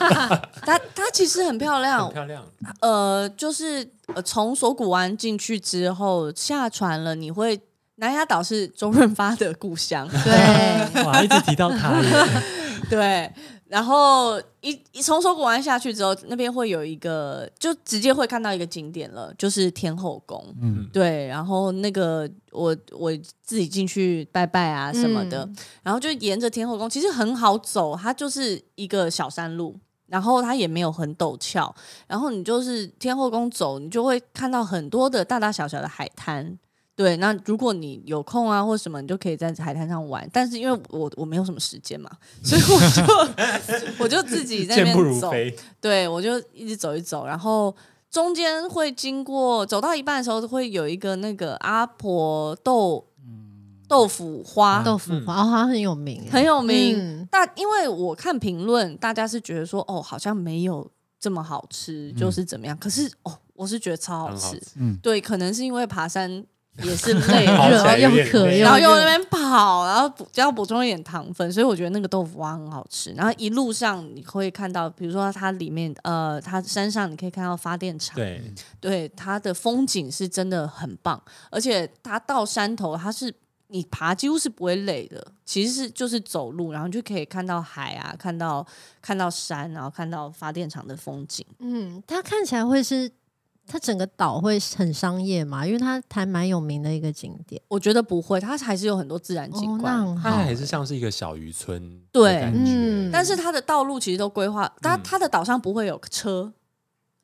A: 它它其实很漂亮
C: 很。漂亮，
A: 呃，就是呃，从锁骨湾进去之后下船了，你会南丫岛是周润发的故乡，
D: 对，
B: 哇，一直提到他耶，
A: 对。然后一一从锁骨湾下去之后，那边会有一个，就直接会看到一个景点了，就是天后宫。
B: 嗯，
A: 对，然后那个我我自己进去拜拜啊什么的，
D: 嗯
A: 然后就沿着天后宫，其实很好走，它就是一个小山路，然后它也没有很陡峭，然后你就是天后宫走，你就会看到很多的大大小小的海滩。对，那如果你有空啊或什么，你就可以在海滩上玩。但是因为我我没有什么时间嘛，所以我就 我就自己在那
C: 健
A: 边
C: 步如
A: 走。
C: 飞，
A: 对，我就一直走一走，然后中间会经过，走到一半的时候会有一个那个阿婆豆、
C: 嗯
A: 豆腐花，
D: 豆腐花哦，好像很有名，
A: 很有名。
D: 嗯
A: 但因为我看评论，大家是觉得说哦，好像没有这么好吃，就是怎么样？可是哦，我是觉得超好
C: 嗯很好
A: 吃。
C: 吃。
B: 嗯，
A: 对，可能是因为爬山也是 累
C: 跑
A: 了
C: 起。
D: 热
C: 来
D: 又
C: 有点
D: 渴
C: 累
D: 嗯又
A: 然后又在
D: 热
A: 那边跑，然后补要补充一点糖分，所以我觉得那个豆腐花很好吃。然后一路上你会看到，比如说它里面呃，它山上你可以看到发电厂，
C: 对，
A: 对它的风景是真的很棒，而且它到山头它是。你爬几乎是不会累的，其实是就是走路，然后就可以看到海啊，看到看到山，然后看到发电厂的风景。
D: 嗯，它看起来会是它整个岛会很商业嘛，因为它还蛮有名的一个景点。
A: 我觉得不会，它还是有很多自然景
D: 哦，
A: 观。
D: 那很
C: 它
D: 好。
C: 还是像是一个小渔村的
A: 对
C: 感觉
D: 嗯
A: 但是它的道路其实都规划，它
C: 嗯
A: 它的岛上不会有车，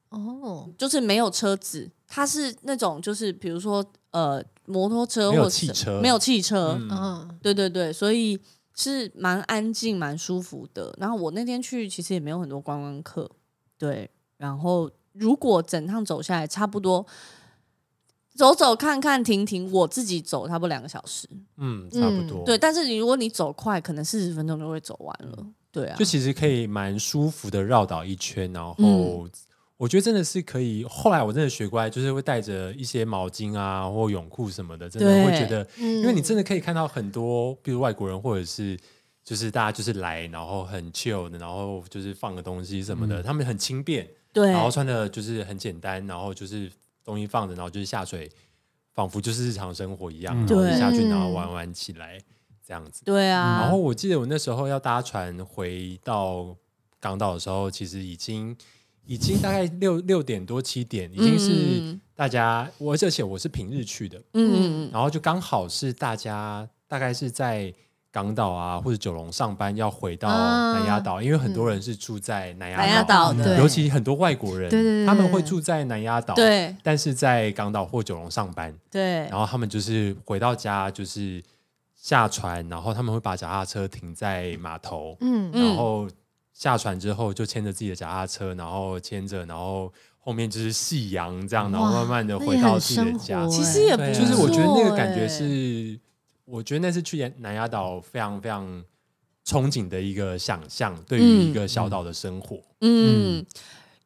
D: 哦，
A: 就是没有车子，它是那种就是比如说呃摩托车
C: 没有
A: 或者是
C: 汽车
A: 没有汽车，
C: 嗯，
D: 嗯，
A: 对对对，所以是蛮安静、蛮舒服的。然后我那天去其实也没有很多观光客，对。然后如果整趟走下来，差不多走走看看停停，我自己走差不多两个小时，
C: 嗯，差不多，
A: 对。，但是你如果你走快，可能四十分钟就会走完了，对啊
C: 就。其实可以蛮舒服的绕岛一圈，然后
A: 嗯
C: 我觉得真的是可以。后来我真的学乖，就是会带着一些毛巾啊或泳裤什么的，真的
A: 对嗯
C: 会觉得，
D: 因
C: 因为你真的可以看到很多，比如外国人或者是。就是大家就是来，然后很 chill 的，然后就是放个东西什么的，他们很轻便，
A: 嗯对，
C: 然后穿的就是很简单，然后就是东西放着，然后就是下水，仿佛就是日常生活一样，
B: 嗯
C: 然后就
A: 对
C: 下去，
D: 嗯
C: 然后玩玩起来。这样子。
A: 对啊，
C: 然后我记得我那时候要搭船回到港岛的时候，其实已经已经大概六六点多七点，已经是
A: 嗯
C: 大家我而且我是平日去的，
A: 嗯嗯嗯
C: 然后就刚好是大家大概是在港岛啊或者九龙上班要回到
D: 啊
C: 南丫岛，因为很多人是住在南
A: 南丫
C: 丫
A: 岛
D: 对
A: 的，
C: 尤其很多外国人，
D: 对对对
C: 他们会住在南丫岛，，
A: 对
C: 但是在港岛或九龙上班，
A: 对
C: 然后他们就是回到家就是下船，然后他们会把脚踏车停在码头，
D: 嗯
A: 嗯
C: 然后下船之后就牵着自己的脚踏车，然后牵着，然后后面就是夕阳这样，然后
D: 哇
C: 慢慢的
D: 那
C: 回
D: 也
C: 到
D: 很
C: 自己的
D: 生
C: 家
D: 活。
A: 其实也不欸
C: 对
A: 错
C: 啊
A: 欸，
C: 就是我觉得那个感觉是，我觉得那是去南丫岛非常非常憧憬的一个想象，对于一个小岛的生活。
A: 嗯，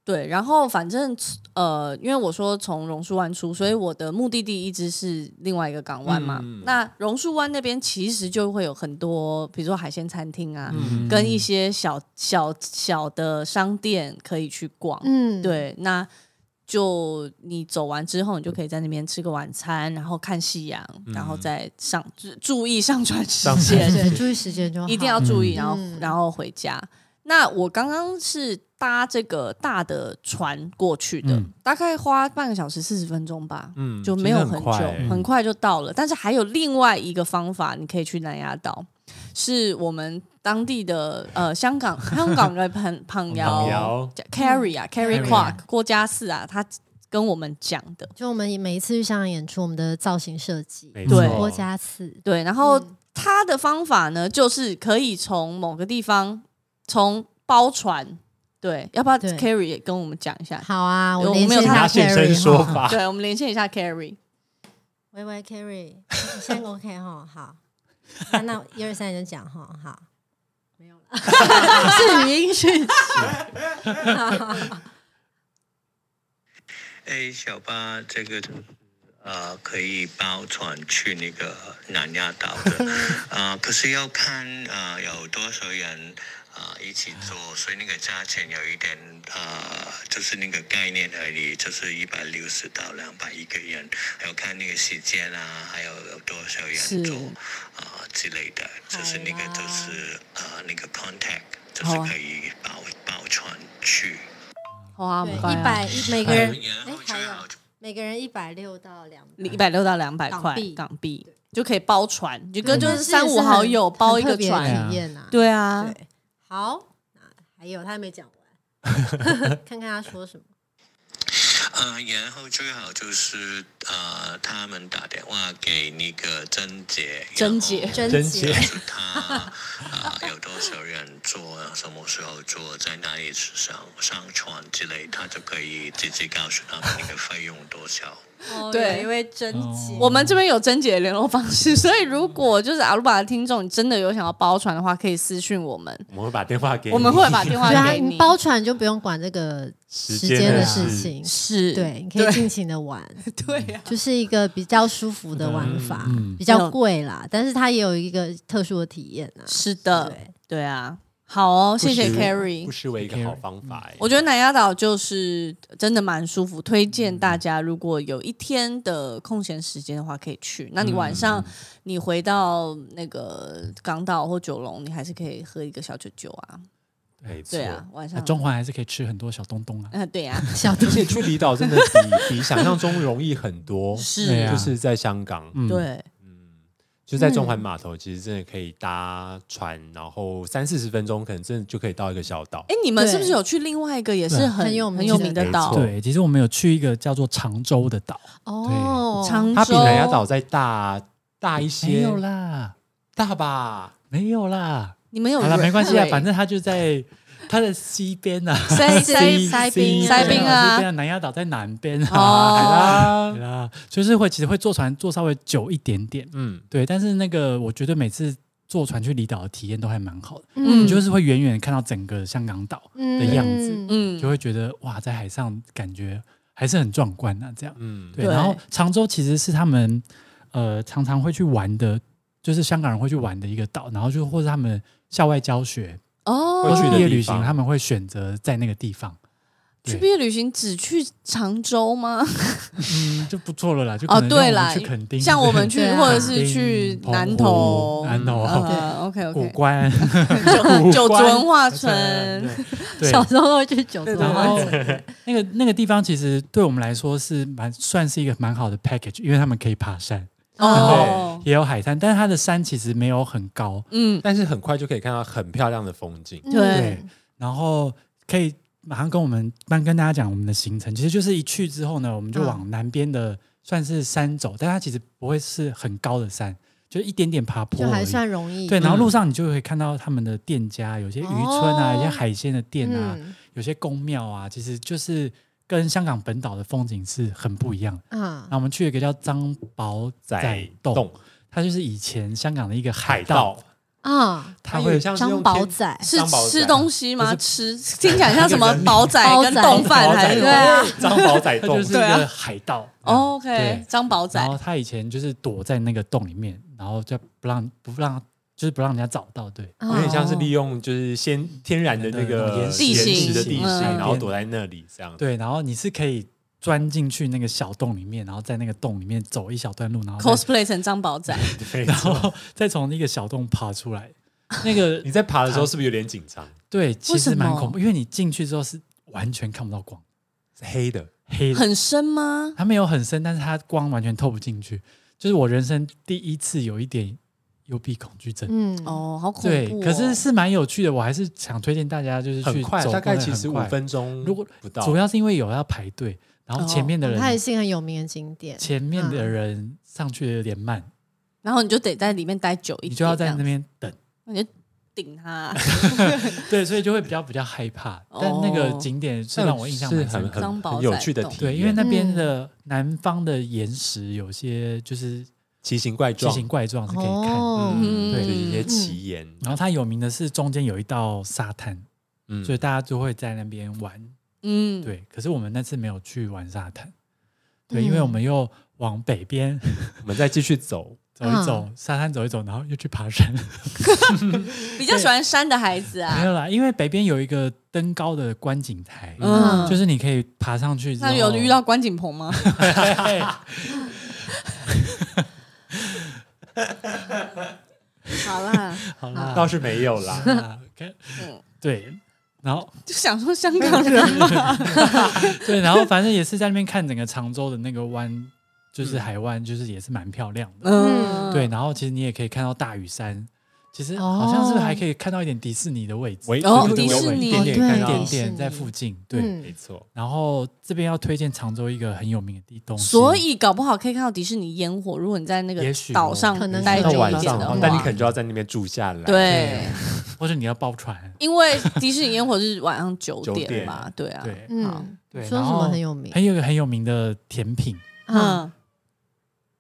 A: 对，然后反正呃，因为我说从榕树湾出，所以我的目的地一直是另外一个港湾嘛。
C: 嗯
A: 那榕树湾那边其实就会有很多，比如说海鲜餐厅啊，
C: 嗯
A: 跟一些小小小的商店可以去逛。
D: 嗯，
A: 对，那就你走完之后，你就可以在那边吃个晚餐，然后看夕阳，然后再上注注意上船时
C: 嗯上船
A: 间，
D: 对，注意时间就好，
A: 一定要注意，然后
D: 嗯
A: 然后回家。那我刚刚是搭这个大的船过去的，
B: 嗯
A: 大概花半个小时四十分钟吧，
C: 嗯
A: 就没有
C: 其实
A: 很
C: 很
A: 久，
C: 快
A: 很
C: 欸
A: 快就到了。但是还有另外一个方法，你可以去南丫岛，是我们当地的呃香港香港的朋朋
C: 港
A: 友
C: 瑶
A: Carry 啊 Carry
B: Carrie
A: Clark 郭嘉四啊，他跟我们讲的。
D: 就我们每一次去香港演出，我们的造型设计，
C: 没
A: 对
C: 错
D: 郭嘉次，
A: 对，然后
D: 嗯
A: 他的方法呢，就是可以从某个地方从包船，对，要不要
D: 对
A: Carry 也跟我们讲一下？
D: 好啊，
A: 有
D: 我连
A: 我们有
D: 线
A: 他
D: 他
A: 的
C: 现身
D: Carrie
C: 说
D: 哈
C: 法，
A: 对，我们连线一下 Carry。
D: 喂喂，Carry，你 现在 OK 哈？好，那那一二三你就讲哈，好，没有了， 是 语音 讯息。
E: A 小巴这个呃可以包船去那个南丫岛 的，呃，可是要看呃有多少人呃一起坐，所以那个价钱有一点呃就是那个概念而已，就是一百六十到两百一个人，还要看那个时间啊，还有有多少
A: 是
E: 人坐啊、呃之类的，就是那个
D: 好啦
E: 就是呃那个 contact 就
A: 好啊
E: 是可以包、包船去。
A: 好啊，我
D: 对，
A: 们拜
D: 一
A: 啊
D: 百每个人，
E: 然
D: 哎
E: 后，
D: 还
E: 最
D: 有
E: 好
D: 每个人一百六到两百，
A: 一百六到两百
D: 港
A: 块
D: 币
A: 港币就可以包船，就跟
B: 嗯
A: 就是
D: 这
A: 三
D: 也
A: 五
D: 很
A: 好友包一
D: 很
A: 个
D: 特别
C: 哎
A: 船。
D: 的体验啊。
A: 对啊，
D: 对，好，那还有他还没讲完，看看他说什么。
E: 呃，然后最好就是呃，他们打电话给那个珍姐，
A: 珍姐
D: 真
C: 真
D: 姐
C: 姐
E: 然后告诉他呃有多少人坐，什么时候坐，在哪里上上船之类，他就可以直接告诉他们那个费用多少。
D: 哦
A: 对
D: 有一位真姐，
A: 我们这边有珍姐的联络方式， 所以如果就是阿鲁巴的听众，你真的有想要包船的话，可以私讯我们，
C: 我们会把电话给你
A: 我们会把电
D: 对
A: 话
D: 啊，
A: 给
D: 你
A: 你。
D: 包船就不用管这个
C: 时
D: 时
C: 间
D: 间
C: 的
D: 的
C: 事
D: 事情，
A: 是，
D: 对，你可以啊尽情的玩，
A: 对呀，
D: 就是一个比较舒服的玩法，
B: 嗯
D: 比较贵啦，但是它也有一个特殊的体验啊。
A: 是的，
D: 对，
A: 对啊，好哦，谢谢
C: 不失
A: Carry
C: 不。失为一个
B: Carrie，
C: 好方法欸。
A: 我觉得南丫岛就是真的蛮舒服，推荐大家如果有一天的空闲时间的话可以去。那你晚
B: 嗯
A: 上你回到那个港岛或九龙，你还是可以喝一个小酒酒啊。
C: 没错
A: 对，啊，晚
B: 那
A: 上
B: 中环还是可以吃很多小东东啊。
A: 啊，对呀，
D: 小
C: 而且去离岛真的 比比想象中容易很多，
A: 是
B: 对啊
C: 就是在香港，
B: 嗯，，
A: 对，
C: 就在中环码头，其实真的可以搭船，然后三四十分钟，可能真的就可以到一个小岛。
A: 哎，你们
D: 对
A: 是不是有去另外一个也是
B: 对啊
A: 很
D: 很有名
A: 很有名的
D: 的
A: 岛？
C: 没错
B: 对，其实我们有去一个叫做常州的岛，
D: 哦，
A: 常州
C: 它比南丫岛再大大一
B: 没
C: 些
B: 有，啦，
C: 大吧？
B: 没有啦，
A: 你们有
B: 好了，没关系啊，
A: 瑞
B: 反正它就在它的西 边啊，
A: 塞
D: 西
A: 塞
D: 塞宾
A: 塞宾啊
B: 西边南丫岛在南边
A: 哦
B: 啊，
C: 好啦
B: 对，啦，就是会其实会坐船坐稍微久一点点，
C: 嗯，
B: 对，但是那个我觉得每次坐船去离岛的体验都还蛮好的，
A: 嗯
B: 你就是会远远看到整个香港岛，
D: 的
B: 的样子
A: 嗯
B: 就会觉得哇，在海上感觉还是很壮观啊，这样。
C: 嗯，
B: 对，
A: 对
B: 然后常州其实是他们呃常常会去玩的，就是香港人会去玩的一个岛，然后就或者他们校外教学
A: 哦
B: 或
C: 会去
B: 是
C: 的
B: 毕业
C: 地
B: 旅行，
C: 方
B: 他们会选择在那个地方。
A: 去
B: 对
A: 毕业旅行只去常州 吗？
B: 嗯，就不错了啦，就
A: 哦，
B: 可能让
A: 对
B: 我
A: 啦
B: 们去 垦，丁，
A: 像我们去
D: 对啊
A: 或者是去
B: 垦丁
A: 南
B: 澎
A: 投
B: 湖、南投、
A: 呃，OK
B: 古
A: OK，
B: 关、
A: 九族文化
B: 古关
A: 村，，
B: 对，
D: 小
B: 对
D: 时候都会去九州
A: 对对
B: 然
D: 玩
B: 后
D: 水，
B: 那个那个地方其实对我们来说是蛮算是一个蛮好的 package，因为他们可以爬山，
A: 哦，
B: 也有海滩，但是它的山其实没有很高，
A: 嗯，
C: 但是很快就可以看到很漂亮的风景。
D: 嗯
A: 对
B: 然后可以马上跟我们慢跟大家讲我们的行程，其实就是一去之后呢，我们就
D: 嗯
B: 往南边的算是山走，但它其实不会是很高的山，就一点点爬坡
D: 就
B: 而
D: 还
B: 已。
D: 算容易。
B: 对，然后路上你就会看到他们的店家，有些渔村啊，
D: 哦
B: 有些海鲜的店啊，
D: 嗯
B: 有些宫庙啊，其实就是跟香港本岛的风景是很不一样的。
D: 啊
B: 然，后我们去了一个叫张宝
C: 在
B: 仔洞
C: 洞，
B: 它就是以前香港的一个
C: 海
B: 海盗，
C: 盗，
D: 啊，
C: 它
B: 它
C: 有点
B: 会
C: 像是
D: 张
C: 用
D: 宝
C: 天
D: 仔
A: 是
C: 张宝仔
A: 吃东西吗？
B: 不
A: 吃 听起来像什么煲 仔
D: 包
A: 跟
D: 仔
A: 冻饭
C: 宝
A: 还
C: 仔
A: 是什么
C: 洞
D: 对啊，
C: 张宝仔
B: 它
C: 洞
B: 就是一
A: 对啊
B: 个海盗。
A: 哦
B: 对
A: ？OK，张宝仔
B: 然后他以前就是躲在那个洞里面，然后就不让不让就是不让人家找到，对，
D: 啊
C: 有点像是利
D: 用
C: 用就是先天然的那
B: 那个
C: 个
B: 岩石
A: 地形
C: 的地形，
A: 嗯
C: 然后躲在那里这 样。
B: 哦对，然后你是可以钻进去那个小洞里面，然后在那个洞里面走一小段路，然后再
A: cosplay 成张宝仔，
C: 对，
B: 然后再从那个小洞爬出来。那个
C: 你在爬的时候是不是有点紧张？
B: 对，其
A: 什
B: 实蛮
A: 么
B: 恐怖，因为你进去之后是完全看不到光，
C: 是黑的，
B: 黑的，
A: 很深吗？
B: 它没有很深，但是它光完全透不进去。就是我人生第一次有一点幽闭恐惧症，
D: 嗯
A: 哦，好恐怖
B: 对
A: 哦！，
B: 可是是蛮有趣的，我还是想推荐大家就是去
C: 很快，
B: 走
C: 大概
B: 过那
C: 其
B: 很
C: 实五
B: 快
C: 分钟，
B: 如果
C: 不到，
B: 主要是因为有要排队，然后前面的人、
D: 它也是一个很有名的景点。
B: 前面的人上去有点慢，
A: 然后你就得在里面待久一点，
B: 你就要在
A: 这
B: 那
A: 样
B: 边等，
A: 你就顶 他，
B: 对，所以就会比较比较害怕。
A: 哦
B: 但那个景点是让我印象
C: 是
B: 蛮
C: 很啊
B: 深刻的，
A: 张
C: 很
A: 宝
C: 很
A: 仔
C: 有趣的
A: 洞
C: 体验，
B: 对，因为那边的南方的岩石有些就是
C: 奇形怪
B: 奇
C: 状，
B: 形怪状是可以看。
D: 哦，
C: 嗯，
A: 对
C: 对，就是一些奇岩，
B: 然后它有名的是中间有一道沙滩，
C: 嗯，
B: 所以大家就会在那边玩。
A: 嗯，，
B: 对，可是我们那次没有去玩沙滩，对，因
D: 嗯
B: 为我们又往北边
C: 我们再继续走，
B: 走一走，
A: 嗯
B: 沙滩走一走，然后又去爬山。
A: 比较喜欢山的孩子
B: 没
A: 啊，
B: 有啦，因为北边有一个登高的观景台，
A: 嗯，
B: 就是你可以爬上去之后。
A: 那有 遇到关锦鹏吗？好啦，
B: 好啦，
C: 倒是没有 啦。
B: 啊，OK，
A: 嗯
B: 对，然后
A: 就想说香港人嘛，
B: 对，然后反正也是在那边看整个常州的那个湾，就是海湾，就是也是蛮漂亮的。
A: 嗯，
B: 对，，然后其实你也可以看到大屿山，其实好像是
D: 哦
B: 不是还可以看到一点迪士尼的位置，
C: 唯
A: 哦
C: 就是
A: 迪
C: 有
A: 士
C: 一
A: 尼
C: 点点
D: 对
C: 看
B: 一
C: 到
B: 点
D: 迪士
B: 点
D: 尼
B: 在附近。对，
D: 嗯
C: 没错，
B: 然后这边要推荐常州一个很有名的地东西，
A: 所以搞不好可以看到迪士尼烟火，如果你在那个
B: 也许哦
A: 岛上
D: 可能
A: 待久
C: 到
D: 是
A: 一
C: 晚
A: 点
C: 上
A: 的
C: 的
A: 话
C: 话，，但你可能就要在那边住下来。，
A: 对。
B: 或者你要包船，
A: 因为迪士尼烟火是晚上九
C: 九
A: 点
C: 点
A: 嘛，对啊，
B: 对
A: 好
D: 嗯，
B: 对，
D: 说
B: 然
D: 什么
B: 后哎
D: 很有名？
B: 很有一个很有名的甜品，
D: 嗯，
A: 嗯，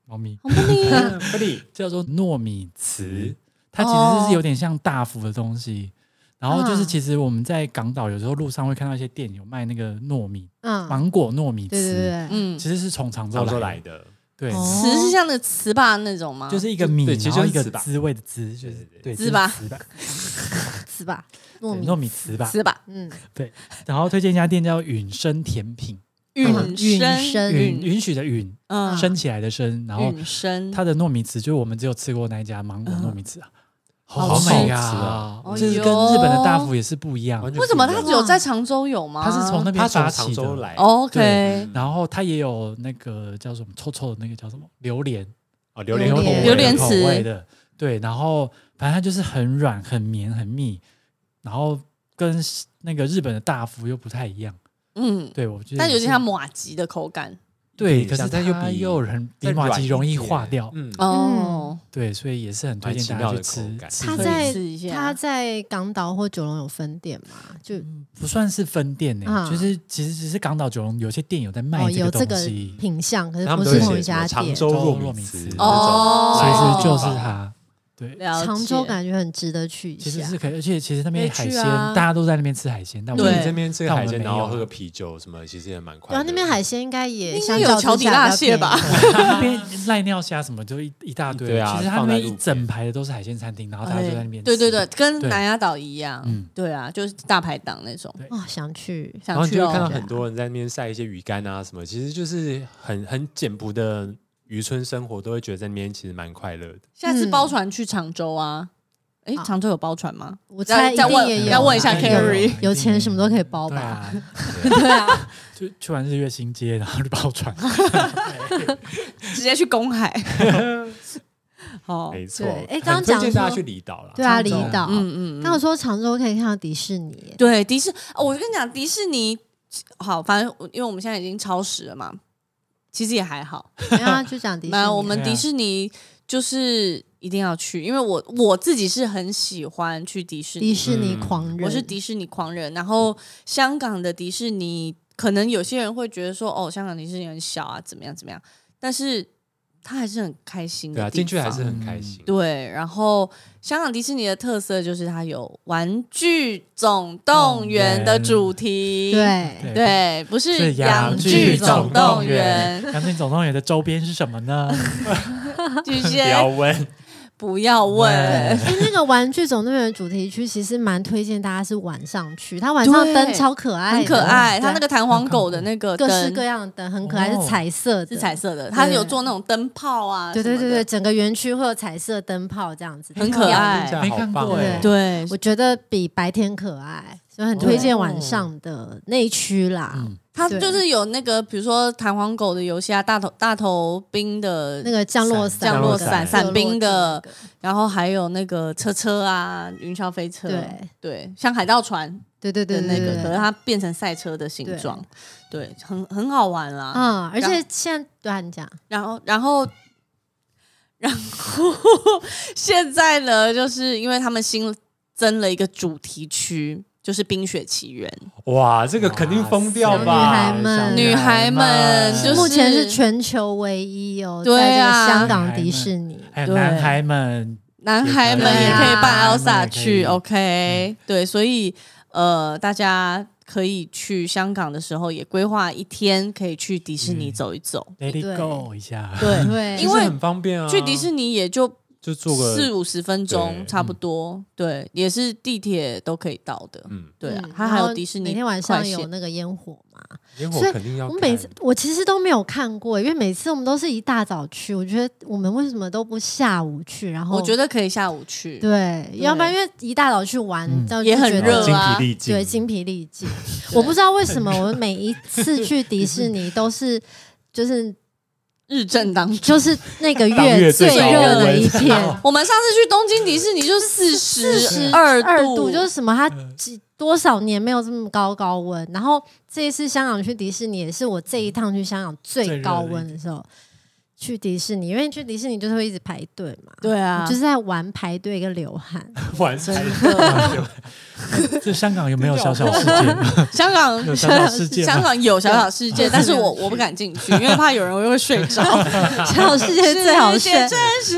B: 猫
D: 哦
B: 咪
A: 好不腻啊，
C: 不利
B: 叫做糯米糍
C: 词，，
B: 它其实
A: 哦
B: 是有点像大福的东西。然后就是，
D: 啊
B: 其实我们在港岛有时候路上会看到一些店有卖那个糯米
D: 嗯，
B: 芒果糯米
D: 对对
B: 糍，
D: 对对，
A: 嗯，
B: 其实是从常州
C: 常州
B: 来
C: 来
B: 的。
C: 的，
B: 对，
D: 哦
A: 糍是像那个糍粑那种吗？
B: 就是一个米，
C: 对其实
B: 然后
C: 就
B: 一
C: 是
B: 个
C: 糍粑
B: 滋味的滋，就是
C: 对对
B: 对
A: 糍粑
B: 就是糍
D: 糍粑，糯
B: 粑，对
D: 米
B: 糯米糍粑。
A: 糍粑，
D: 嗯，
B: 然后推荐一家店叫允生甜品，嗯
A: 允
D: 允
A: 生
D: 生
B: 允
A: 允
B: 允许的允，
D: 啊
A: 嗯
B: 升起来的升，然后
A: 允生，
B: 它的糯米糍就是我们只有吃过那一家芒果糯米糍啊，
A: 好吃
B: 美
C: 哦
B: 啊！
A: 哎呦哦
B: 这是跟日本的大福也是不一样
C: 完，全
A: 为什么它
C: 不一
A: 只有在常州有吗？
B: 它是从那
C: 样
B: 边
C: 它
B: 发
C: 从常
B: 起
C: 州
B: 的。
C: 来？
D: 哦
A: OK
C: 对
B: 然后它也有那个叫什么臭臭的那个叫什么榴莲，
C: 哦，榴莲口味
D: 榴莲
B: 口
A: 糍
B: 味的，对，然后反正它就是很软、很绵、很密，然后跟那个日本的大福又不太一样。
A: 嗯，
B: 对，我觉得
A: 但有
B: 也
A: 点
B: 是
A: 像马吉的口感
C: 点
B: 对，可是
C: 像
B: 它
C: 但又比
B: 又很比
C: 再
B: 马
C: 软
B: 吉
C: 一
B: 容易
C: 点
B: 化掉，
C: 嗯，
A: 哦。
B: 对，所以也是很推
C: 蛮
B: 荐
C: 奇
B: 大
C: 妙
B: 家去
C: 的口
B: 吃
C: 感。
B: 吃
D: 它
A: 可以
B: 这个
D: 在
A: 试一下
D: 它在港岛或九龙有分店嘛？就
B: 不算是分店呢、
D: 啊
B: 就是其实只是港岛九龙有些店有在卖
D: 哦有
B: 个
D: 这
B: 东
D: 个
B: 西，
D: 品相，可是
C: 他
D: 不
C: 们都有
D: 是同
C: 写
D: 一
C: 什么
D: 家
C: 常
D: 店。
C: 州
B: 州
C: 糯
B: 糯
C: 米
B: 米
C: 糍
B: 糍
C: 那种
A: 哦
B: 其
A: 来
B: 实
A: 自
B: 就是
A: 港
B: 它。对，
A: 了解
D: 常州感觉很值得去一
B: 其实
D: 下
B: 是。可以，而且其实那边
A: 可以去
B: 海鲜、
A: 啊
B: 大家都在那边吃海鲜，但我
A: 对
B: 们
C: 你这边吃
B: 但我
C: 海
B: 们
C: 鲜，
B: 没
C: 然后
B: 有
C: 喝个啤酒什么，其实也蛮快乐
D: 对
C: 的。
D: 啊，那边海鲜应该也
A: 应该
D: 相
A: 有
D: 较之
A: 桥底
D: 下
A: 辣
D: 比较
A: 蟹
D: 便宜
A: 吧
B: 那边赖尿虾什么就一一大堆。
C: 对啊
B: 其实他
C: 放
B: 那
C: 在
B: 边一
C: 路边
B: 整排的都是海鲜餐厅，然后大家就在那边吃。
A: 对对对，跟
B: 对
A: 南丫岛一样，
B: 嗯
A: 对啊，就是大排档那种，
B: 对
D: 哦，想去。
C: 然后
A: 想
C: 你就
A: 去
C: 会看到
A: 哦。
C: 很多人在那边晒一些鱼干啊什么，其实就是很很简朴的渔村生活，都会觉得在那边其实蛮快乐的。
A: 下次
D: 嗯
A: 包船去常州啊，哎，
D: 啊
A: 常州有包船吗？
D: 我
A: 再
D: 猜一
A: 再
D: 定
A: 问
D: 也有啦，
A: 要问一下
D: 一定
A: Carrie
D: 有有钱什么都可以包
B: 对
D: 吧？
B: 啊，
D: 对啊，
B: 就去完日月新街，然后就包 船。
A: 直接去公 海。好，
C: 没错，
D: 哦对诶
C: 很
D: 刚刚讲
C: 推荐大家
D: 说
C: 去离岛啦。
D: 对啊，
B: 常
D: 离
B: 州
D: 岛。
A: 嗯嗯
D: 但我
A: 嗯，
D: 说常州可以看到迪士尼 耶，
A: 对，迪士，哦我跟你讲，迪士尼好，反正因为我们现在已经超时了嘛，其实也还好。
D: 没有啊，就讲迪士
A: 没
D: 尼。
A: 有，我们
B: 对啊
A: 迪士尼就是一定要去，因为我我自己是很喜欢去迪士尼
D: 迪
A: 的，
D: 士尼
C: 嗯
D: 狂人，
A: 我是迪士尼狂人。然后香港的迪士尼，可能有些人会觉得说，哦，香港迪士尼很小啊，怎么样怎么样，但是它还是很开心的
C: 对啊，
A: 地
C: 进去还
A: 方
C: 是很开
D: 嗯
C: 心。
A: 对，然后香港迪士尼的特色就是它有玩具总动员的主题，
D: 嗯对，
A: 对，不是洋
B: 剧
A: 剧
B: 总
A: 总
B: 动
A: 动员，
B: 员 洋剧总动员的周边是什么呢？
A: 巨
C: 不要
A: 蟹
C: 问，
A: 不要问
B: 对，
D: 所以哎那个玩具总动员主题区其实蛮推荐大家是晚上去，它晚上灯
A: 对
D: 超可爱的，
A: 很可爱。它那
D: 个
A: 个弹簧狗的那个
D: 各
A: 灯
D: 式各样的灯很可爱，
B: 哦
D: 是彩色的，
A: 是彩。色的，它
D: 对
A: 有做那种灯泡啊，
D: 对对对对，
A: 对
D: 整个园区会有彩色灯泡这样子，
A: 很
D: 漂
A: 可
D: 亮
A: 爱
C: 听起来
B: 没
C: 好
B: 看
C: 棒
B: 过
C: 哦
D: 欸
A: 对，
D: 我觉得比白天可爱，所以很推荐晚上的内区啦。
B: 嗯
A: 它
D: 对
A: 就是有那个，比如说弹簧狗的游戏啊，大头大头兵的
D: 那，个降落伞、
A: 降落伞
D: 降落
A: 伞兵的
D: 那个
A: 然后还有那个车车啊，云霄飞车，
D: 对
A: 对，像海盗船
D: 对对对
A: 的那
D: 对
A: 个，
D: 对
A: 可是它变成赛车的形状，对，很很好玩啦。
D: 嗯，而
A: 然
D: 且现在对啊你讲，
A: 然后，然后，然后现在呢，就是因为他们新增了一个主题区，就是《冰雪奇缘
C: 哇，这个肯定疯掉吧？
D: 女孩们
A: 女孩们就是
D: 目前是全球唯一哦，
A: 对
D: 在这个
A: 啊
D: 香港迪士尼，
B: 还有
A: 对
B: 哎男孩们，》，
A: 男孩们
D: 对
A: 也可以扮 Elsa
B: 男孩们也可以
A: 去，OK？对，所以呃，大家可以去香港的时候，也规划一天可以去迪士尼
B: 嗯
A: 走一走。
B: Let it
D: 对
B: go 一下。
A: 对，啊
D: 对，
A: 因
C: 其
A: 为
C: 实很方便啊，
A: 去迪士尼也就
C: 就坐个
A: 四五十分钟
C: 对
A: 差不多，对，也是地铁都可以到的。
C: 嗯，
A: 对啊
D: 嗯，
A: 它还
D: 然
A: 有
D: 后
A: 迪士尼
D: 每天晚
A: 快
D: 上
A: 线
D: 有那个烟火嘛。
C: 烟火
D: 所以
C: 肯定要
D: 我
C: 看。
D: 们每次我其实都没有看过，因为每次我们都是一大早去，我觉得我们为什么都不下午去？然后
A: 我觉得可以下午去。
D: 哦对，
A: 对
D: 要不然因为一大早去玩
B: 嗯，
D: 到
A: 也很热
C: 精
A: 啊
C: 疲力尽，
D: 对，精疲力尽。我不知道为什么我每一次去迪士尼都是。就是
A: 日正当中。
D: 就是那个
C: 当月
D: 月
C: 最
D: 最
C: 高
D: 热的
C: 温
D: 一 天，
A: 我们上次去东京迪士尼就四十
D: 十
A: 二
D: 二度，就是
A: 是
D: 什么它几多少年没有这么高高温。然后这一次香港去迪士尼，也是我这一趟去香港
B: 最
D: 最
B: 热
D: 高
B: 的一
D: 温的时候去迪士尼，因为去迪士尼就是会一直排队嘛，
A: 对啊，
D: 就是在玩排队跟流汗。
C: 完
A: 真
C: 全
A: 的。
B: 这香港有没有小小世界？
A: 香港
B: 有小小世界吗
A: 香港有小小世界，但是我
D: 有趣
A: 我不敢进去，因为怕有人会睡着。
D: 小世界最好睡，
A: 真 是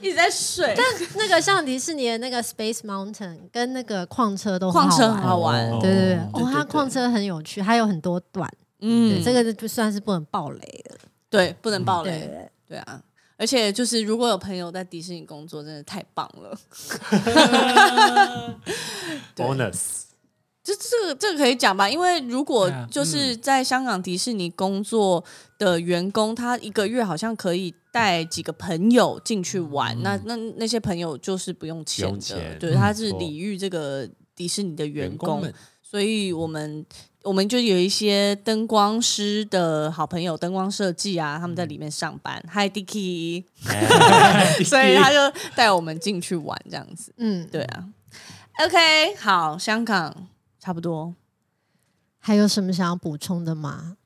A: 一直在睡，但
D: 那个像迪士尼的那个 Space Mountain 跟那个矿车都
A: 矿车
D: 很
A: 很
D: 好
A: 好
D: 玩。
A: 玩。
B: 哦
D: 对对对，
B: 对
D: 哦，
A: 对
D: 它
A: 对
D: 矿车很有趣，还有很多段，对，
A: 嗯，
D: 这个就算是不能爆雷的。
A: 对不能爆
D: 对
A: 雷，对啊。而且就是，如果有朋友在迪士尼工作，真的太棒 了。对
B: 哦
C: bonus
A: 这这个这个可以讲吧，因为如果
B: 对啊
A: 就是在香港迪士尼工作的员工，他一个月好像可以带几个朋友进去玩，那那那些朋友就是不用钱的，
C: 不用钱
A: 对，
B: 嗯
A: 他是礼遇这个迪士尼的员
C: 员
A: 工，
C: 工们
A: 所以我们我们就有一些灯光师的好朋友，灯光设计啊，他们在里面上班。Hi Dicky，所以他就带我们进去玩这样子，
D: 嗯，
A: 对啊。OK，好，香港差不多。
D: 还有什么想要补充的吗？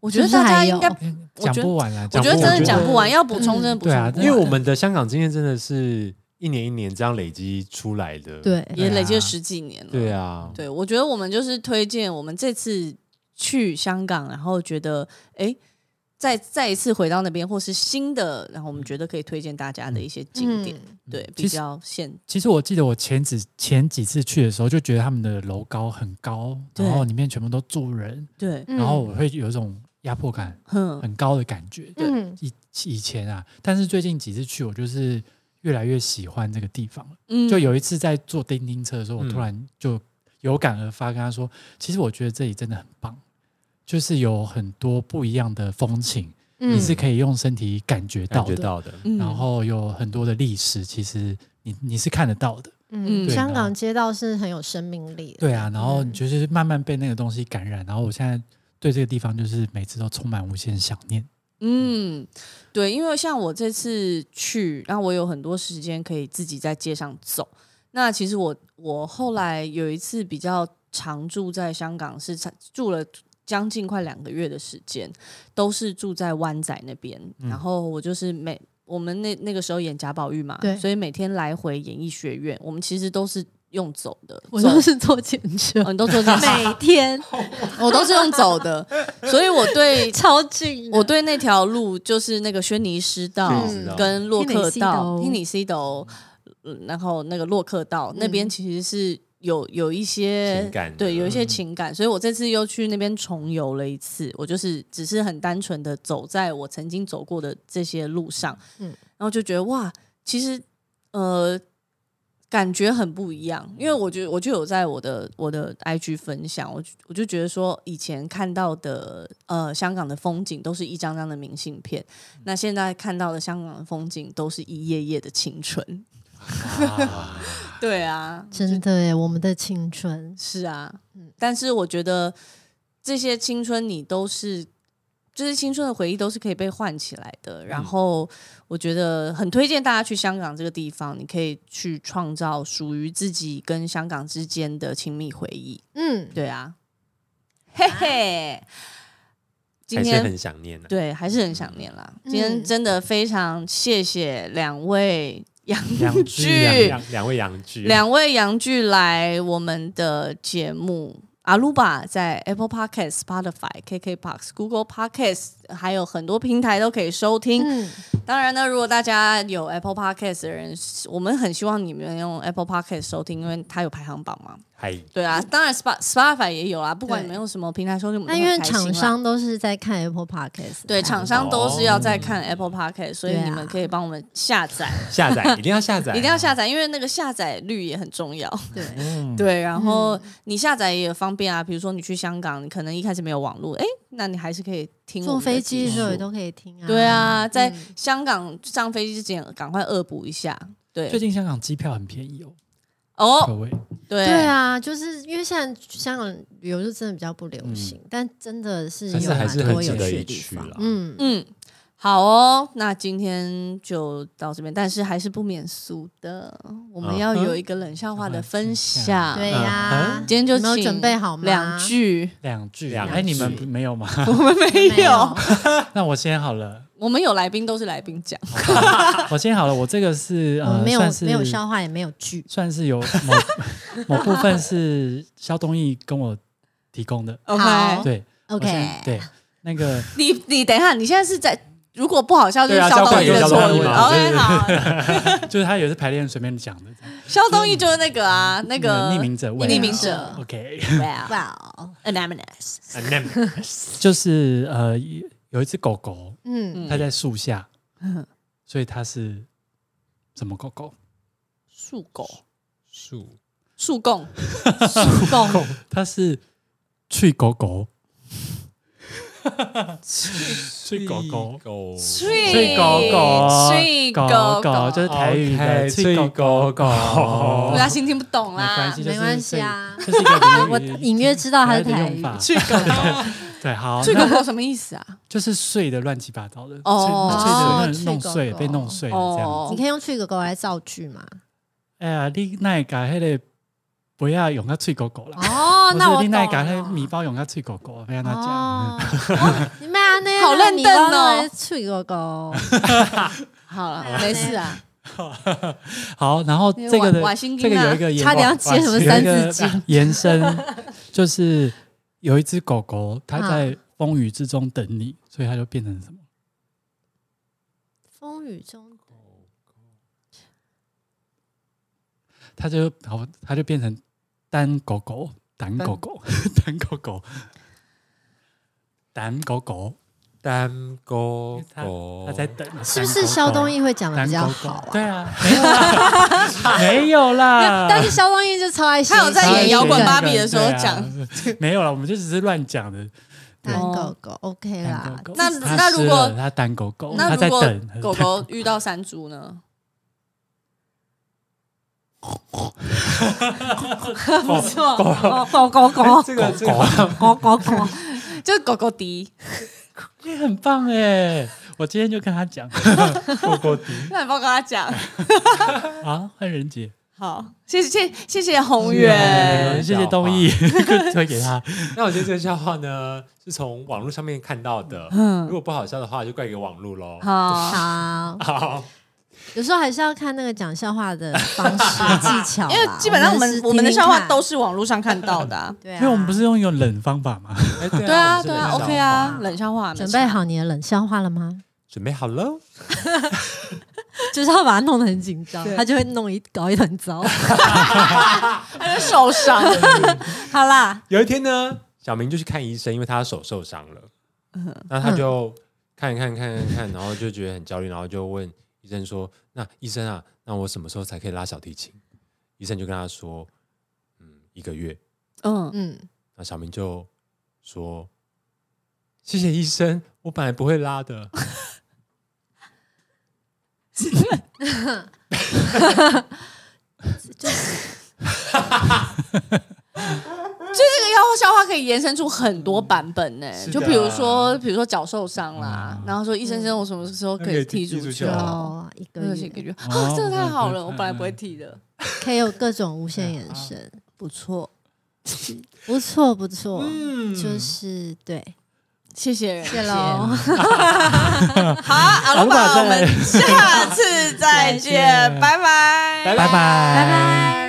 A: 我觉得
D: 是
A: 大
D: 不是
A: 家
D: 还有
A: 应该，我
B: 讲
A: 觉得
B: 不完啊，
A: 我觉得
C: 不
A: 真
C: 完
A: 的讲不完，要补充
D: 嗯
A: 真的补
B: 对啊
A: 充不完，
B: 真的
C: 因为我们的香港经验真的是一年一年这样累积出来的。
D: 对，
A: 也累积
B: 对啊
A: 了十几年了。
C: 对啊，
A: 对，我觉得我们就是推荐我们这次去香港，然后觉得哎，诶再再一次回到那边，或是新的，然后我们觉得可以推荐大家的一些景点，
D: 嗯
A: 对，
B: 嗯其
A: 比
B: 实
A: 较现
B: 其实我记得我前几前几次去的时候，就觉得他们的楼高很高，
A: 对
B: 然后里面全部都住人，
A: 对，
D: 嗯
B: 然后我会有一种压迫感
A: 哼，
B: 很高的感觉。
D: 嗯
B: 以以前啊，但是最近几次去，我就是越来越喜欢这个地方了。
A: 嗯
B: 就有一次在坐叮叮车的时候，我
C: 嗯
B: 突然就有感而发，跟他说：“其实我觉得这里真的很棒，就是有很多不一样的风情，
D: 嗯
B: 你是可以用身体感觉
C: 感
B: 到
C: 觉
B: 的。
C: 到的，
A: 嗯
B: 然后有很多的历史，其实你你是看得到的。
D: 嗯，
A: 对
D: 香
B: 然后
D: 港街道是很有生命力的。
B: 对啊，然后
D: 嗯
B: 你就是慢慢被那个东西感染，然后我现在对这个地方就是每次都充满无限想念。
A: 嗯，对，因为像我这次去，然后我有很多时间可以自己在街上走。那其实我我后来有一次比较常住在香港，是常住了将近快两个月的时间，都是住在湾仔那边。然后我就是每我们那那个时候演贾宝玉嘛
D: 对，
A: 所以每天来回演艺学院，我们其实都是用走的，
D: 我
A: 走
D: 都是坐检车，
A: 嗯，都坐在
D: 每天
A: 我都是用走的，所以我对
D: 超近的。
A: 我对那条路就是那个轩尼诗道
C: 轩尼诗道
A: 跟洛克道、
D: 听
A: 听
D: 你
A: 你 C 斗，嗯然后那个洛克道、那边其实是有有一些
C: 情感的
A: 对，有一些情感，所以我这次又去那边重游了一次。我就是只是很单纯的走在我曾经走过的这些路上，
D: 嗯
A: 嗯，然后就觉得哇，其实呃。感觉很不一样，因为我觉得我就有在我的我的 IG 分享，我就我就觉得说，以前看到的呃香港的风景都是一张张的明信片，那现在看到的香港的风景都是一页页的青春。 对啊，
D: 真的耶，我们的青春，
A: 是啊，但是我觉得这些青春你都是，就是青春的回忆都是可以被唤起来的。然后我觉得很推荐大家去香港这个地方，你可以去创造属于自己跟香港之间的亲密回忆。
D: 嗯，
A: 对啊，嘿嘿，今
C: 还是
A: 天
C: 很想念的。啊
A: 对，还是很想念啦。
D: 嗯
A: 今天真的非常谢谢两位杨
B: 两
A: 剧
B: 剧
C: 两啊两位洋剧，
A: 两位杨剧来我们的节目。阿鲁巴在 Apple Podcast、Spotify、KKBox、Google Podcast，还有很多平台都可以收听。
D: 嗯，
A: 当然呢，如果大家有 Apple Podcast 的人，我们很希望你们用 Apple Podcast 收听，因为它有排行榜嘛。
C: 嗨，
A: 对啊，当然 Sp Spotify 也有啊。不管
D: 嗯对
A: 你们用什么平台收听，我们
D: 那
A: 都
D: 因为
A: 很开心啦
D: 厂商都是在看 Apple Podcast，
A: 对，
D: 的
A: 厂商都是要在看 Apple Podcast，所以
D: 对啊
A: 你们可以帮我们下载，
C: 下载一定要下载，
A: 一定要下载，因为那个下载率也很重要。
D: 对，嗯
A: 对，然后你下载也方便啊，比如说你去香港，你可能一开始没有网络，哎，那你还是可以听我
D: 坐
A: 们的
D: 飞机的时候也
A: 集数
D: 都可以听啊。
A: 对，啊，在
D: 嗯
A: 香港上飞机之前赶快恶补一下。
B: 最
A: 对，
B: 近香港机票很便宜哦，各
A: 哦，
B: 位，
A: 对
D: 对，啊，就是因为现在香港旅游就真的比较不流行，但真的是
C: 但是
D: 有
C: 还
D: 蛮
C: 是很
D: 多
C: 值
D: 有
C: 得
D: 趣
C: 一
D: 的地
C: 去
D: 方。
C: 了。
D: 嗯，
A: 嗯，好哦，那今天就到这边，但是还是不免俗的，我们
C: 嗯
A: 要
C: 哼
A: 有一个冷笑话的分
B: 分
A: 享。
B: 享
D: 对
C: 啊
D: 呀，
A: 今天就
D: 你们有
A: 请
D: 准备好吗？
A: 两 句。
B: 两句，
C: 两
B: 哎，你们
C: 句
B: 不没有吗？
A: 没
D: 没有
A: 有，
B: 那我先好了，
A: 我们有来宾都是来宾讲，啊
B: 我先好了，我这个是
D: 我
A: 哦
B: 呃，
D: 们没有
B: 算是
D: 没有消化，也没有剧。
B: 算是有 某某部分是肖东义跟我提供的，
A: 哦 OK，
B: 对我
D: OK，
B: 先对那个
A: 你你等一下，你现在是在如果不好笑就是
C: 对啊
A: 肖东义的
C: 肖
A: 错
C: 东义
A: 误。
C: 给肖东义
A: OK，好，
B: 就是他有一次排练随便讲的，这样
A: 肖东义就是那个啊，那个
B: 嗯匿名者问
A: 匿名者
B: OK，
A: ，Well
D: 哇哦，
A: anonymous，
C: 啊那
B: 就是呃有有一只狗狗，
D: 嗯，
B: 它在树下，所以它是什么狗狗？
A: 树狗，
C: 树
A: 树 共，
D: 树洞
B: 它是去狗狗，去狗狗。
C: 狗
A: 翠
B: 翠狗狗，
A: 翠
B: 狗
A: 狗
B: 狗就是台语的
C: OK，
B: 翠狗
C: 翠狗
B: 狗
C: 狗
A: 大家心听不懂
B: 没
A: 啦
B: 关系，。就
D: 没
B: 是
D: 关系啊
B: 这这是一个俚语
D: 我隐约知道它是
B: 的
D: 台
B: 用
D: 语
B: 法，
A: 翠狗狗，
B: 对，好，
A: 翠狗
B: 那
A: 狗什么意思啊？
B: 就是碎的乱七八糟的，
A: 哦
B: 碎的
D: 哦
B: 弄
D: 碎
B: 碎
D: 狗狗
B: 被弄碎了这样
A: 哦
B: 子。
D: 你可以用去狗狗来造句嘛？
B: 哎呀，你那个那个不要用到脆狗狗啦，
D: 哦
B: 不，
D: 那
B: 是
D: 我
B: 你
D: 懂
B: 那个那
D: 了
B: 个米包用到脆狗狗，不要他
D: 哦
B: 讲。，
D: 你们啊，那啊
A: 好认真哦
D: 脆狗狗，
A: 好了，没事啊，
B: 好，然后这个
A: 因为
B: 的
A: 瓦瓦辛金
B: 这个
A: 啊
B: 有一个延
D: 差点要接什么三字
B: 有一
D: 经
B: 个延伸，就是有一只狗狗它在风雨之中等你，所以它就变成什么？
D: 风雨中的
B: 它就好，它就变成单狗狗、胆狗狗、
D: 嗯
B: 胆狗狗、胆狗狗。
C: 单狗
B: 他
C: 狗，
B: 他在等，
D: 是不是肖东
B: 义
D: 义会讲的比较好啊？
B: 对啊，没有啦，没有 啦。
D: 但是肖东义就超爱写，
A: 他有在演摇滚芭
D: 吧？
A: 比的时候讲
B: 对啊，没有啦，我们就只是乱讲的。
D: 单狗狗 OK 啦
B: 单狗狗，
A: 那
B: 他
A: 那如
B: 湿
A: 果
B: 了他单狗狗，
A: 那
B: 哦他在
A: 如
B: 等
A: 果狗狗遇到山猪呢？不错，哦狗狗狗
C: 这个这个
A: 狗狗狗，就是狗狗迪。
B: 也很棒哎！我今天就跟他讲
C: 狗狗迪，
A: 那你帮我跟他讲，
B: 啊，换人姐，
A: 好，谢谢谢谢谢宏
C: 哎
B: 呃
A: 远，
B: 谢谢东义， 推给他。
A: 啊
C: 那我觉得这个笑话呢，是从网络上面看到的。
A: 嗯
C: 如果不好笑的话，就怪给网络喽。
A: 好，
D: 好，
C: 好，
D: 有时候还是要看那个讲笑话的方式技巧 啦，
A: 因为基本上我们
D: 是
A: 我们的笑话都
D: 听听
A: 是网络上看到的啊。
D: 看对啊，
B: 因为我们不是用一种冷方法吗？
C: 哎对
A: 对啊，对
C: 我们
A: 啊
C: 是冷笑话
A: ，OK 啊，冷笑话，
D: 准
A: 没
D: 备
A: 差，
D: 好你的冷笑话了吗？
C: 准备好喽。
D: 就是要把它弄得很紧张，
A: 对
D: 他就会弄一搞一团 糟。
A: 他就哎受伤。
D: 好啦，
C: 有一天呢，小明就去看医生，因为他手受伤了。
A: 嗯
C: 那他就看一看看看看，然后就觉得很焦虑，然后就问医生说：“那医生啊，那我什么时候才可以拉小提琴？”医生就跟他说：“嗯，一个月。”
A: 嗯，
D: 嗯，
C: 那小明就说：“谢谢医生，我本来不会拉的。
A: 这个要笑话可以延伸出很多版本呢、
C: 是的
A: 就比如说，比如说脚受伤啦，然后说医生生我什么时候可以踢足
C: 可以踢
A: 球
C: 足球？
D: 哦，一个
A: 那些
D: 月
A: 感觉
B: 哦
A: 啊，这个太好了，
B: 嗯
A: 我本来不会踢的，
D: 可以有各种无限延伸，
A: 不错，
D: 不错不错，就是对，
A: 谢谢，
D: 谢喽。
A: 好，阿鲁巴，我们下次再见，
B: 见
A: 拜拜，
C: 拜
B: 拜拜
D: 拜拜。